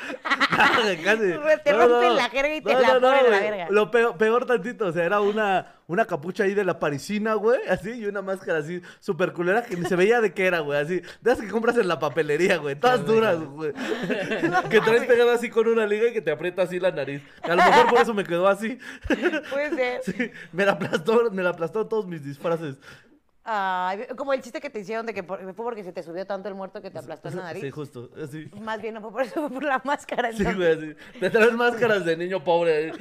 C: No, güey, casi.
B: Te rompen la jerga y te la ponen a la
C: güey.
B: verga.
C: Lo peor, peor tantito, o sea, era una, una capucha ahí de la parisina, güey, así, y una máscara así súper culera que ni se veía de qué era, güey, así. De esas que compras en la papelería, güey, todas duras, güey. que traes pegada así con una liga y que te aprieta así la nariz. Que a lo mejor por eso me quedó así.
B: Puede ser.
C: Sí, me la aplastó, me la aplastó todos mis disfraces.
B: Ay, como el chiste que te hicieron de que por- fue porque se te subió tanto el muerto que te aplastó la nariz.
C: Sí, justo, así.
B: Más bien no fue por eso, fue por la máscara.
C: Sí,
B: entonces.
C: güey, así. Te traes máscaras de niño pobre.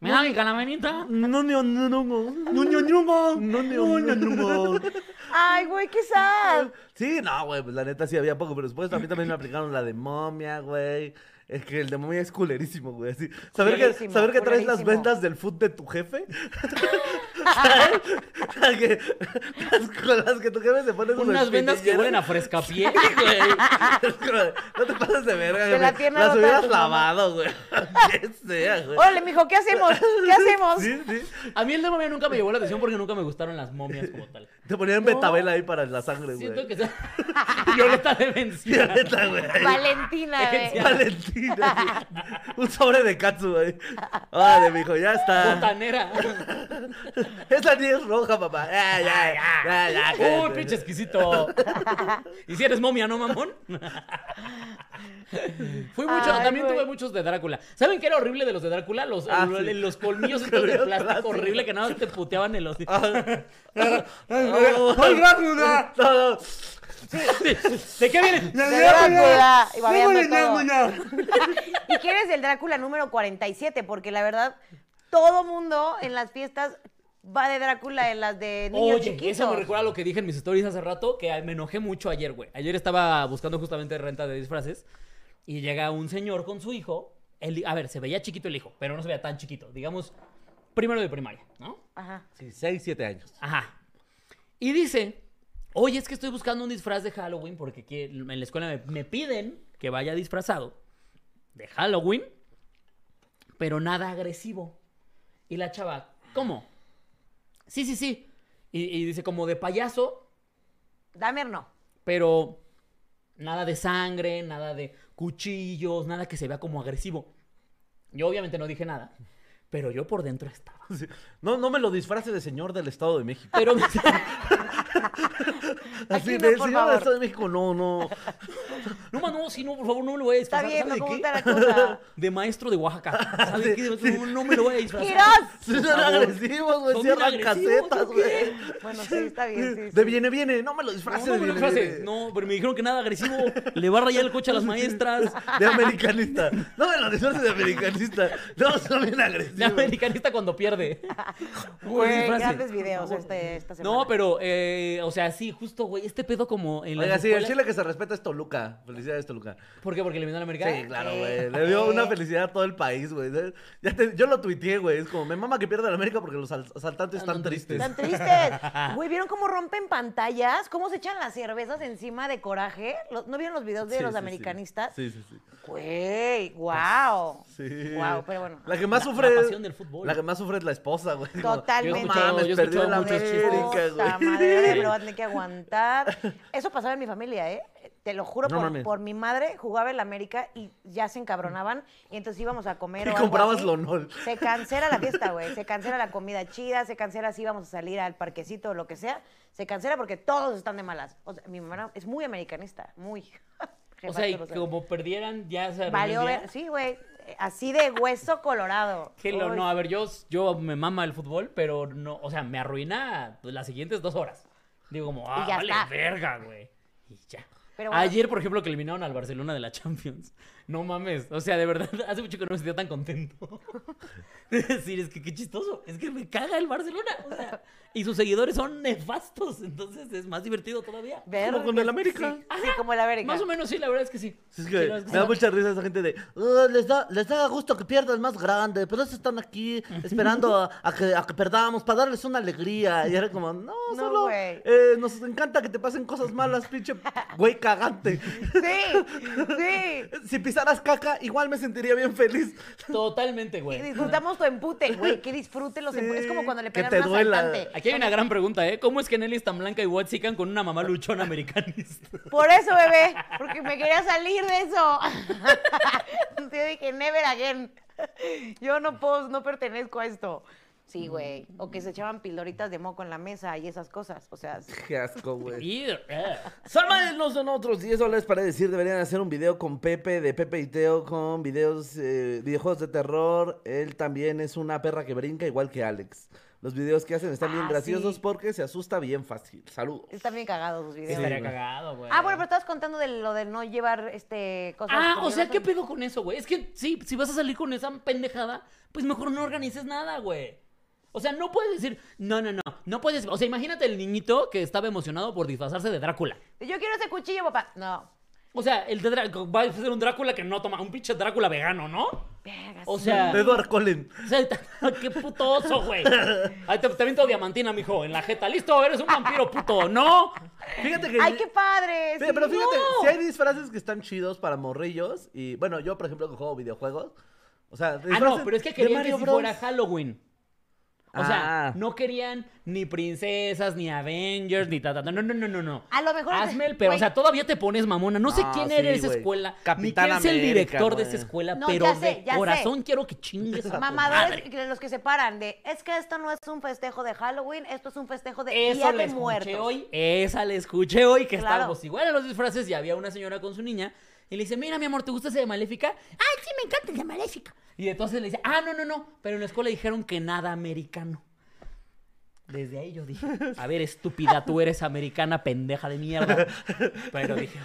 A: Me da mi calamanita.
C: No, no, no, no, no, no, no, no, no, no, no, no, no.
B: Ay, güey, qué sad.
C: Sí, no, güey, pues la neta sí había poco presupuesto. A mí también me aplicaron la de momia, güey. Es que el de momia es culerísimo, güey. así. Saber, que,
B: Culerísimo,
C: saber que traes las
B: culerísimo.
C: vendas del foot de tu jefe. ¿Sabes? Las que- las colas que tu jefe se pone en su
A: Unas vendas que
C: espinillera.
A: huelen a frescapié.
C: Sí, güey. Es como de, No te pases de verga,
B: De
C: güey.
B: la pierna
C: Las
B: rota de
C: hubieras
B: tu mamá.
C: lavado, güey. Que sea, güey.
B: Órale, mijo, ¿qué hacemos? ¿Qué hacemos?
C: Sí, sí.
A: A mí el de momia nunca me llevó la atención porque nunca me gustaron las momias como tal.
C: Te ponían betabel ahí para la sangre, güey.
A: Siento que son... Violeta de vencida.
C: Violeta, güey.
B: Valentina, güey.
C: Valentina. sí. Un sobre de katsu, güey. Vale, mijo, ya está.
A: Botanera.
C: Esa ni es roja, papá. Ya, ya, ya, ya.
A: Uy,
C: cállate.
A: pinche exquisito. ¿Y si eres momia, no mamón? Fui mucho,
B: Ay,
A: también
B: güey.
A: tuve muchos de Drácula. ¿Saben qué era horrible de los de Drácula? Los,
C: Ah,
A: el-
C: sí.
A: los colmillos estos de
C: Colmillos
A: plástico
C: plásticos.
A: horrible que nada más te puteaban en los.
C: Ah. ¡Soy Drácula! No, no.
A: ¿De qué vienes?
B: De Drácula. Y babeando
C: ¡Soy
B: todo.
C: Drácula!
B: ¿Y quién es el Drácula número 47? Porque la verdad, todo mundo en las fiestas va de Drácula en las de niños
A: Oye,
B: chiquitos.
A: eso me recuerda a lo que dije en mis stories hace rato, que me enojé mucho ayer, güey. Ayer estaba buscando justamente renta de disfraces y llega un señor con su hijo. El- a ver, se veía chiquito el hijo, pero no se veía tan chiquito. Digamos, primero de primaria, ¿no?
B: Ajá.
C: Sí, 6, 7 años.
A: Ajá. Y dice, oye, es que estoy buscando un disfraz de Halloween porque aquí en la escuela me, me piden que vaya disfrazado de Halloween, pero nada agresivo. Y la chava, ¿cómo? Sí, sí, sí. Y, y dice, como de payaso,
B: Dahmer no.
A: pero nada de sangre, nada de cuchillos, nada que se vea como agresivo. Yo obviamente no dije nada, pero yo por dentro estaba.
C: Sí. No, no me lo disfrace de señor del Estado de México.
A: Pero
C: Así
B: Aquí
C: de
B: no,
C: señor
B: por
C: del
B: favor.
C: Estado de México, no, no.
A: No, ma, no, sí, no, por favor, no me lo voy a
B: Está
A: disfrazar.
B: bien,
A: ¿Sabe
B: no,
A: de
B: ¿cómo
A: qué?
B: está la cosa?
A: De maestro de Oaxaca.
C: Ah,
A: ¿Sabe qué? No, no me lo voy a disfrazar.
B: ¡Giros!
C: Sí, Son
A: favor.
C: agresivos, güey.
A: Son
C: Cierran
A: bien agresivos,
C: casetas,
A: ¿yo
C: güey.
B: Bueno, sí, está bien, sí.
C: De
B: sí.
C: viene, viene. No me lo
A: No,
C: disfrace
A: no
C: de
A: me lo
C: viene,
A: disfraces.
C: viene.
A: No, pero me dijeron que nada agresivo. Le va a rayar el coche a las maestras.
C: De americanista. No me lo disfrace de americanista. No, son bien agresivos.
A: De americanista cuando pierde.
B: Güey,
A: disfraces.
B: grandes videos este, esta semana.
A: No, pero, eh, o sea, sí, justo, güey, este pedo como en la.
C: Oiga, sí, el chile que se respeta es Toluca. Felicidades, Toluca.
A: ¿Por qué? Porque eliminó a la americana.
C: Sí, claro,
B: Eh,
C: güey. Le dio una
B: eh.
C: felicidad a todo el país, güey. Ya te- yo lo tuiteé, güey. Es como, me mama que pierda la América porque los al- asaltantes
A: Andan
C: están tristes.
B: Tan tristes. Güey, ¿vieron cómo rompen pantallas? ¿Cómo se echan las cervezas encima de coraje? ¿Lo- ¿No vieron los videos de
C: Sí,
B: los
C: sí, sí.
B: americanistas?
C: Sí, sí, sí.
B: Güey, wow.
C: Sí.
B: Wow, pero bueno. ah,
C: La que más
A: La-
C: sufre.
A: la
C: es-
A: pasión del fútbol.
C: La que más sufre es la esposa, güey. Como,
B: Totalmente.
C: No
A: Yo he
C: mames, perdió
A: escuchado
C: la
A: muchos chistes.
C: América,
B: Puta
C: güey.
B: madre, pero va a tener que aguantar. Eso pasaba en mi familia, ¿eh? Te lo juro,
C: No
B: por,
C: mames.
B: por mi madre jugaba el América y ya se encabronaban y entonces íbamos a comer.
C: Y
B: o algo
C: comprabas
B: así.
C: Lonol.
B: Se cancela la fiesta, güey. Se cancela la comida chida, se cancela si íbamos a salir al parquecito o lo que sea. Se cancela porque todos están de malas. O sea, mi mamá es muy americanista, muy.
A: O sea, y
B: Jefatura,
A: como perdieran, ya se
B: Valió
A: arruinó el
B: ver.
A: día.
B: Sí, güey. Así de hueso colorado.
A: Que lo-
B: Uy,
A: no, a ver, yo, yo me mama el fútbol, pero no, o sea, me arruina pues, las siguientes dos horas. Digo como, ah,
B: Y ya
A: vale
B: está.
A: verga, güey. Y ya.
B: Pero bueno.
A: Ayer, por ejemplo, que eliminaron al Barcelona de la Champions. No mames. O sea, de verdad, hace mucho que no me sentía tan contento. Es decir, es que qué chistoso. Es que me caga el Barcelona. O sea, y sus seguidores son nefastos. Entonces es más divertido todavía.
B: ver-
C: Como con el América.
B: Sí, sí, como el América.
A: Más o menos sí, la verdad es que sí.
C: Sí, es
A: Sí,
C: que
A: la verdad es que
C: me da
A: sí.
C: mucha risa esa gente de "Ah, les da les da gusto que pierdan más grande, pero ellos están aquí esperando a, a que, a que perdamos para darles una alegría. Y era como, no,
B: No,
C: solo
B: güey.
C: eh, nos encanta que te pasen cosas malas, pinche güey cagante.
B: Sí, sí.
C: Si pisaras caca, igual me sentiría bien feliz.
A: Totalmente, güey.
B: Que disfrutamos tu empute, güey. Que disfruten los emputes. Es como cuando le
C: que
B: pegan
C: te
B: a un
C: duela.
B: asaltante.
A: Aquí hay una gran pregunta, ¿eh? ¿Cómo es que Nelly es tan blanca y Watsican con una mamá luchona americanista?
B: Por eso, bebé. Porque me quería salir de eso. Yo dije, never again. Yo no puedo, no pertenezco a esto. Sí, güey. O que se echaban pildoritas de moco en la mesa y esas cosas. O sea,
C: Qué asco, güey.
A: Y- eh.
C: Salma no son otros 10 dólares para decir, deberían hacer un video con Pepe, de Pepe y Teo, con videos, eh, videojuegos de terror. Él también es una perra que brinca, igual que Alex. Los videos que hacen están bien
B: Ah,
C: graciosos
B: sí.
C: porque se asusta bien fácil. Saludos.
B: están bien cagados los videos.
A: Estaría
C: güey.
A: cagado, güey.
B: Ah, bueno, pero estabas contando de lo de no llevar este cosas.
A: Ah, o
B: peligrosas.
A: sea, ¿qué pedo con eso, güey? Es que sí, si vas a salir con esa pendejada, pues mejor no organices nada, güey. O sea, no puedes decir, no, no, no, no puedes. O sea, imagínate el niñito que estaba emocionado por disfrazarse de Drácula.
B: Yo quiero ese cuchillo, papá. No.
A: O sea, el de Drá- va a ser un Drácula que no toma, un pinche Drácula vegano, ¿no?
B: Verga,
A: O
B: sí.
A: sea,
C: Edward Cullen.
A: o sea, qué puto oso, güey. Ahí te, te aviento diamantina, mijo, en la jeta. Listo, eres un vampiro puto, ¿no? Ah,
C: Fíjate que.
B: ¡Ay, qué padre!
C: Pero, pero
B: sí.
C: fíjate,
A: No.
C: si hay disfraces que están chidos para morrillos, y bueno, yo por ejemplo que juego videojuegos, o sea,
A: Ah, no,
C: disfraces
A: pero es que
C: de
A: querían que
C: Mario
A: sí
C: Bros.
A: fuera Halloween. O sea,
C: Ah.
A: no querían ni princesas, ni Avengers, ni ta, ta, ta. No, no, no, no, no.
B: A lo mejor-
A: Hazme el pero. O
B: güey.
A: sea, todavía te pones mamona. No sé
C: Ah,
A: quién
C: sí,
A: era esa
C: güey.
A: escuela, ni
E: Capitán
A: quién es el
E: América,
A: director de esa
E: güey.
A: escuela,
B: No,
A: pero
B: ya sé,
A: de
B: ya sé.
A: corazón quiero que chingues a tu
B: Mamadores,
A: madre.
B: que los que se paran de, es que esto no es un festejo de Halloween, esto es un festejo de
A: Eso
B: Día
A: la
B: de
A: escuché
B: Muertos.
A: hoy. Esa la escuché hoy, que
B: Claro.
A: estábamos igual en los disfraces y había una señora con su niña. Y le dice, mira, mi amor, ¿te gusta ese de Maléfica? Ay, sí, me encanta el de Maléfica. Y entonces le dice, ah, no, no, no. Pero en la escuela dijeron que nada americano. Desde ahí yo dije, a ver, estúpida, tú eres americana, pendeja de mierda. Pero dije,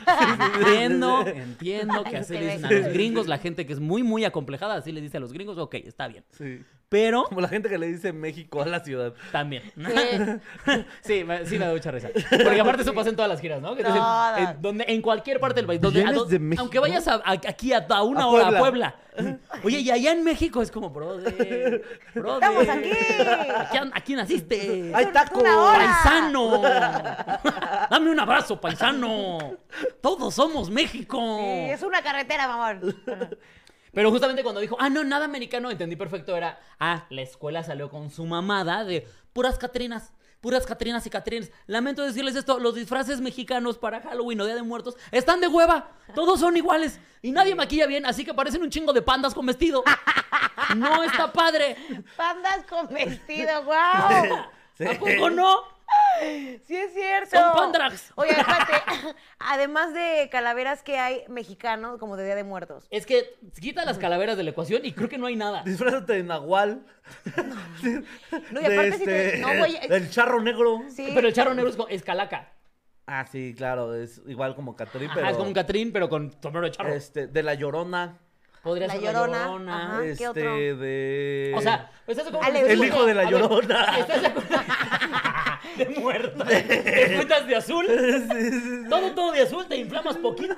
A: entiendo, entiendo que así le dicen a los gringos, la gente que es muy, muy acomplejada, así le dice a los gringos, ok, está bien.
C: Sí.
A: Pero
C: Como la gente que le dice México a la ciudad.
A: también. Sí, me- sí me da mucha risa. Porque aparte eso pasa en todas las giras, ¿no? Que te dicen,
B: Todas.
A: en, donde, en cualquier parte del país. donde-
C: ¿Ya
A: a
C: eres
A: donde-
C: de México?
A: aunque vayas a- a- aquí a, a una
C: A
A: hora a Puebla. Oye, y allá en México es como, brother, brother.
B: Estamos aquí.
A: Aquí, an- aquí naciste.
C: ¡Hay
B: una
C: tacos!
B: hora.
A: ¡Paisano! ¡Dame un abrazo, paisano! ¡Todos somos México!
B: Sí, es una carretera, mamón.
A: Pero justamente cuando dijo, ah, no, nada americano, entendí perfecto, era, ah, la escuela salió con su mamada de puras Catrinas, puras Catrinas y Catrines. Lamento decirles esto, los disfraces mexicanos para Halloween o Día de Muertos están de hueva, todos son iguales y nadie maquilla bien, así que parecen un chingo de pandas con vestido. No está padre.
B: Pandas con vestido, wow.
A: ¿A poco no?
B: Sí es cierto.
A: Son pandrax.
B: Oye, espérate. Además de calaveras que hay mexicanos como de Día de Muertos.
A: Es que quita las calaveras de la ecuación y creo que no hay nada.
C: Disfrázate de Nahual. este,
B: No, y aparte si te- no, güey, eh.
C: Del charro negro.
B: Sí.
A: Pero el charro negro es co- es calaca.
C: Ah, sí, claro, es igual como Catrín,
A: Ajá,
C: pero.
A: es como un catrín, pero con sombrero de charro.
C: Este, de la llorona.
A: Podría
B: La
A: ser
B: Llorona,
A: la llorona.
B: ajá. Ah, ¿qué
C: este,
B: otro?
C: de.
A: O sea, pues, ¿estás de acuerdo?
B: Ale,
A: Estás
C: El
A: de
C: hijo de la
A: acuerdo- a ver,
C: llorona.
A: ¿Estás de acuerdo? De muerto. Te pintas de azul. Todo, todo de azul. Te inflamas poquito.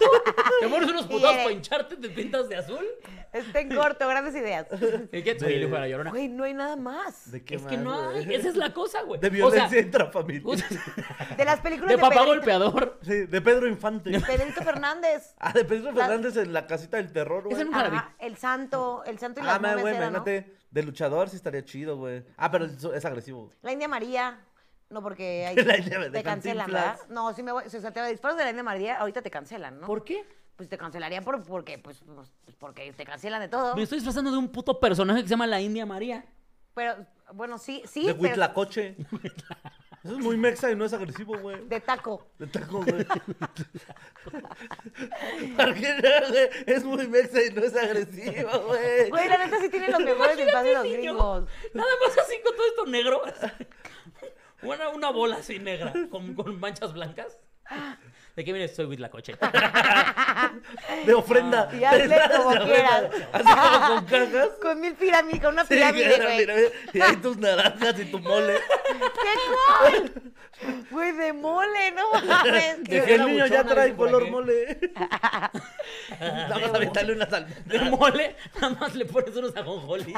A: Te mueres unos putados
B: eres-
A: para hincharte. Te pintas de azul.
B: Está en corto, grandes ideas.
A: ¿Y qué? Soy el hijo de la llorona.
B: Güey, no hay nada más.
C: ¿De qué
A: Es que
C: más,
A: no hay.
C: güey?
A: Esa es la cosa, güey.
C: De
A: O sea,
C: violencia intrafamiliar.
B: De las películas de,
A: de papá
B: Pedrito-
A: golpeador.
C: Sí, de Pedro Infante.
B: Pedrito Fernández.
C: Ah, de Pedro
B: La-
C: Fernández en la casita del terror, güey.
A: Ese nunca la vi.
B: Ajá, el santo, el santo y la
C: Ah, me, güey,
B: ¿no?
C: imagínate. De luchador sí estaría chido, güey. Ah, pero es, es agresivo.
B: La India María. No, porque ahí
C: La India de
B: te cancelan, ¿verdad?
C: Cantinflas.
B: No, si me voy, si se te disparas de la India María, ahorita te cancelan, ¿no?
A: ¿Por qué?
B: Pues te cancelarían por, porque, pues, pues, porque te cancelan de todo.
A: Me estoy disfrazando de un puto personaje que se llama la India María.
B: Pero, bueno, sí, sí,
C: De
B: pero
C: Huitlacoche. Eso es muy mexa y no es agresivo, güey.
B: de taco.
C: De taco, güey. ¿Por qué no, güey? Es muy mexa y no es agresivo, güey.
B: Güey, la neta sí tienen los mejores disfraces de los
A: Sí, yo-
B: gringos.
A: Nada más así con todo esto negro. Una, una bola así negra con, con manchas blancas. ¿De qué vienes? Soy Huitlacoche.
C: De ofrenda.
B: Y hazle
C: Te
B: como
C: das la
B: quieras.
C: ofrenda. Así como con cajas.
B: Con mil pirámides, con una
C: Sí,
B: pirámide,
C: mira,
B: güey.
C: mira, mira. Y ahí tus naranjas y tu mole.
B: ¡Qué cool! Güey, de mole, no mames.
A: De
C: Que
A: Era
C: el niño ya
A: buchona,
C: trae
A: dice por
C: color
A: aquí.
C: mole. Vamos a aventarle unas almendras.
A: De mole, nada más le pones unos ajonjolis.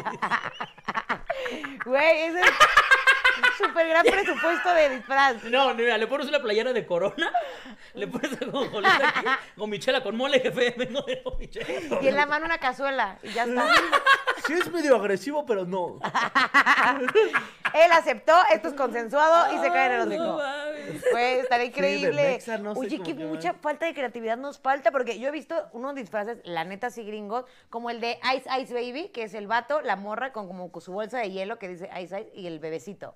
B: Güey, ese es súper gran presupuesto de disfraz.
A: No, no, mira, le pones una playera de corona, le pones ajonjolis aquí, con michela, con mole, jefe, vengo de con michela.
B: Y en la mano una cazuela. Y ya está.
C: Sí es medio agresivo, pero no.
B: Él aceptó, esto es consensuado y se cae en el
A: Ay, no
B: hocico.
A: mames.
B: Güey, estaría
C: de
B: increíble.
C: mexa, no sé
B: Oye,
C: cómo
B: que
C: que va.
B: mucha falta de creatividad nos falta, porque yo he visto unos disfraces, la neta sí gringos, como el de Ice Ice Baby, que es el vato, la morra con como su bolsa de hielo que dice Ice Ice y el bebecito.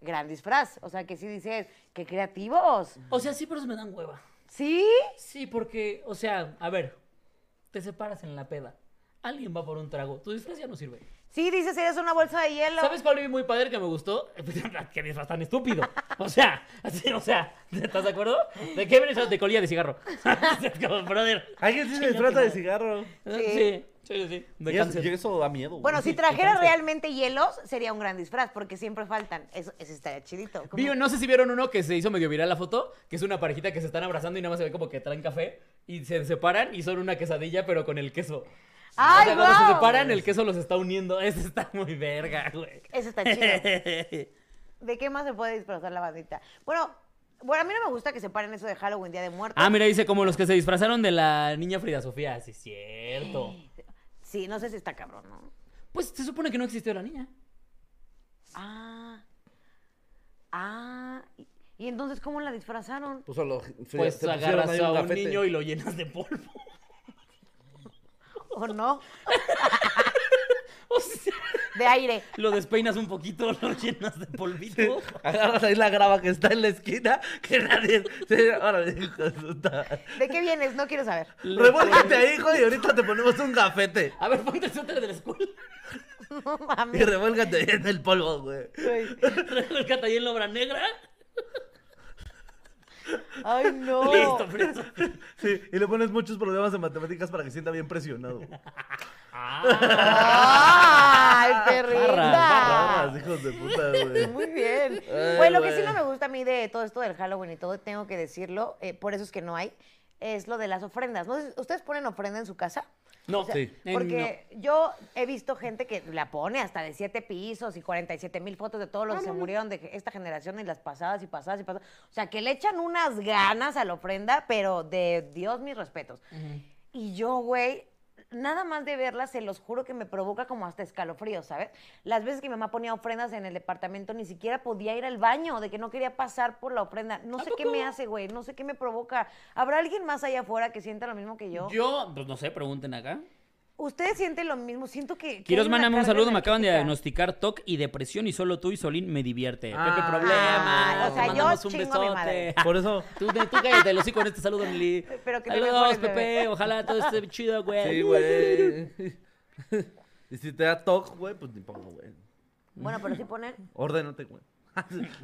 B: Gran disfraz. O sea, que sí dices, qué creativos.
A: O sea, sí, pero se me dan hueva.
B: ¿Sí?
A: Sí, porque, o sea, a ver, te separas en la peda. Alguien va por un trago, tu disfraz ya no sirve.
B: Sí, dices, eres una bolsa de hielo.
A: ¿Sabes cuál vi muy padre que me gustó? que es bastante estúpido. O sea, así, o sea, ¿estás de acuerdo? De Kevin Hart de colilla de cigarro. Es como, brother.
C: Alguien sí se disfruta de cigarro.
A: Sí, sí, sí. De
C: Y es-
A: cáncer.
C: y eso da miedo. güey.
B: Bueno, si
A: sí,
B: trajera
A: sí.
B: realmente hielos, sería un gran disfraz, porque siempre faltan. Eso, eso estaría chidito. como-
A: Vi- no sé si vieron uno que se hizo medio viral la foto, que es una parejita que se están abrazando y nada más se ve como que traen café y se separan y son una quesadilla pero con el queso.
B: ¡Ay,
A: O sea, cuando se
B: guau!
A: separan el queso los está uniendo. Eso está muy verga, güey.
B: Eso está chido. ¿De qué más se puede disfrazar la bandita? Bueno, bueno, a mí no me gusta que separen eso de Halloween, Día de Muertos.
A: Ah, mira, dice como los que se disfrazaron de la niña Frida Sofía. Sí, cierto.
B: Sí, no sé si está cabrón, ¿no?
A: Pues se supone que no existió la niña.
B: Ah. Ah. y- ¿Y entonces cómo la disfrazaron?
C: Pues, solo,
A: Pues
C: se pusieron
A: agarras
C: ahí
A: a un
C: gafete.
A: niño y lo llenas de polvo.
B: ¿O no?
A: O sea,
B: De aire.
A: lo despeinas un poquito, lo llenas de polvito.
C: Agarras ahí la grava que está en la esquina, que nadie... Sí, órale, hijo de puta.
B: ¿De qué vienes? No quiero saber.
A: Le
C: Revuélvete
A: pones-
C: ahí, hijo, y ahorita te ponemos un gafete.
A: A ver, ponte el suéter de la escuela.
B: No
C: Y
B: mames.
C: revuélgate ahí en el polvo, güey.
B: güey.
A: Recata ahí en la obra negra.
B: Ay, no.
A: Listo, preso.
C: Sí, y le pones muchos problemas de matemáticas para que sienta bien presionado.
B: ¡Ay, qué
A: Barras,
B: rica!
C: Barras, hijos de puta, güey.
B: Muy bien.
C: Ay,
B: Pues lo que sí
C: güey.
B: no me gusta a mí de todo esto del Halloween y todo, tengo que decirlo, eh, por eso es que no hay, es lo de las ofrendas. ¿No? ¿Ustedes ponen ofrenda en su casa?
A: No,
B: O sea,
A: sí. Eh,
B: Porque yo he visto gente que la pone hasta de siete pisos y 47 mil fotos de todos los que se murieron de esta generación y las pasadas y pasadas y pasadas. O sea, que le echan unas ganas a la ofrenda, pero de Dios mis respetos. Y yo, güey, nada más de verlas, se los juro que me provoca como hasta escalofríos, ¿sabes? Las veces que mi mamá ponía ofrendas en el departamento, ni siquiera podía ir al baño, de que no quería pasar por la ofrenda. No sé qué me hace, güey, no sé qué me provoca. ¿Habrá alguien más allá afuera que sienta lo mismo que yo?
A: no. Yo, pues no sé, pregunten acá.
B: Ustedes sienten lo mismo, siento que... que hay
A: Quiroz,
B: una
A: mándame un
B: carga
A: saludo. Me acaban de
B: energética.
A: diagnosticar TOC y depresión y solo tú y Solín me divierte.
C: Ah.
A: ¿Qué problema?
C: Ay, o sea,
A: Te
C: yo
A: mandamos un
B: chingo a mi madre.
A: besote.
C: Por eso...
A: Tú, de- tú cállate el hocico en este saludo, Lili.
B: Pero que te
A: Saludos,
B: mejores,
A: Pepe.
B: bebé.
A: Ojalá todo esté chido, güey.
C: Sí, güey. Y si te da toque, güey, pues ni pongo, güey.
B: Bueno, pero sí ponen...
C: Ordénate, güey.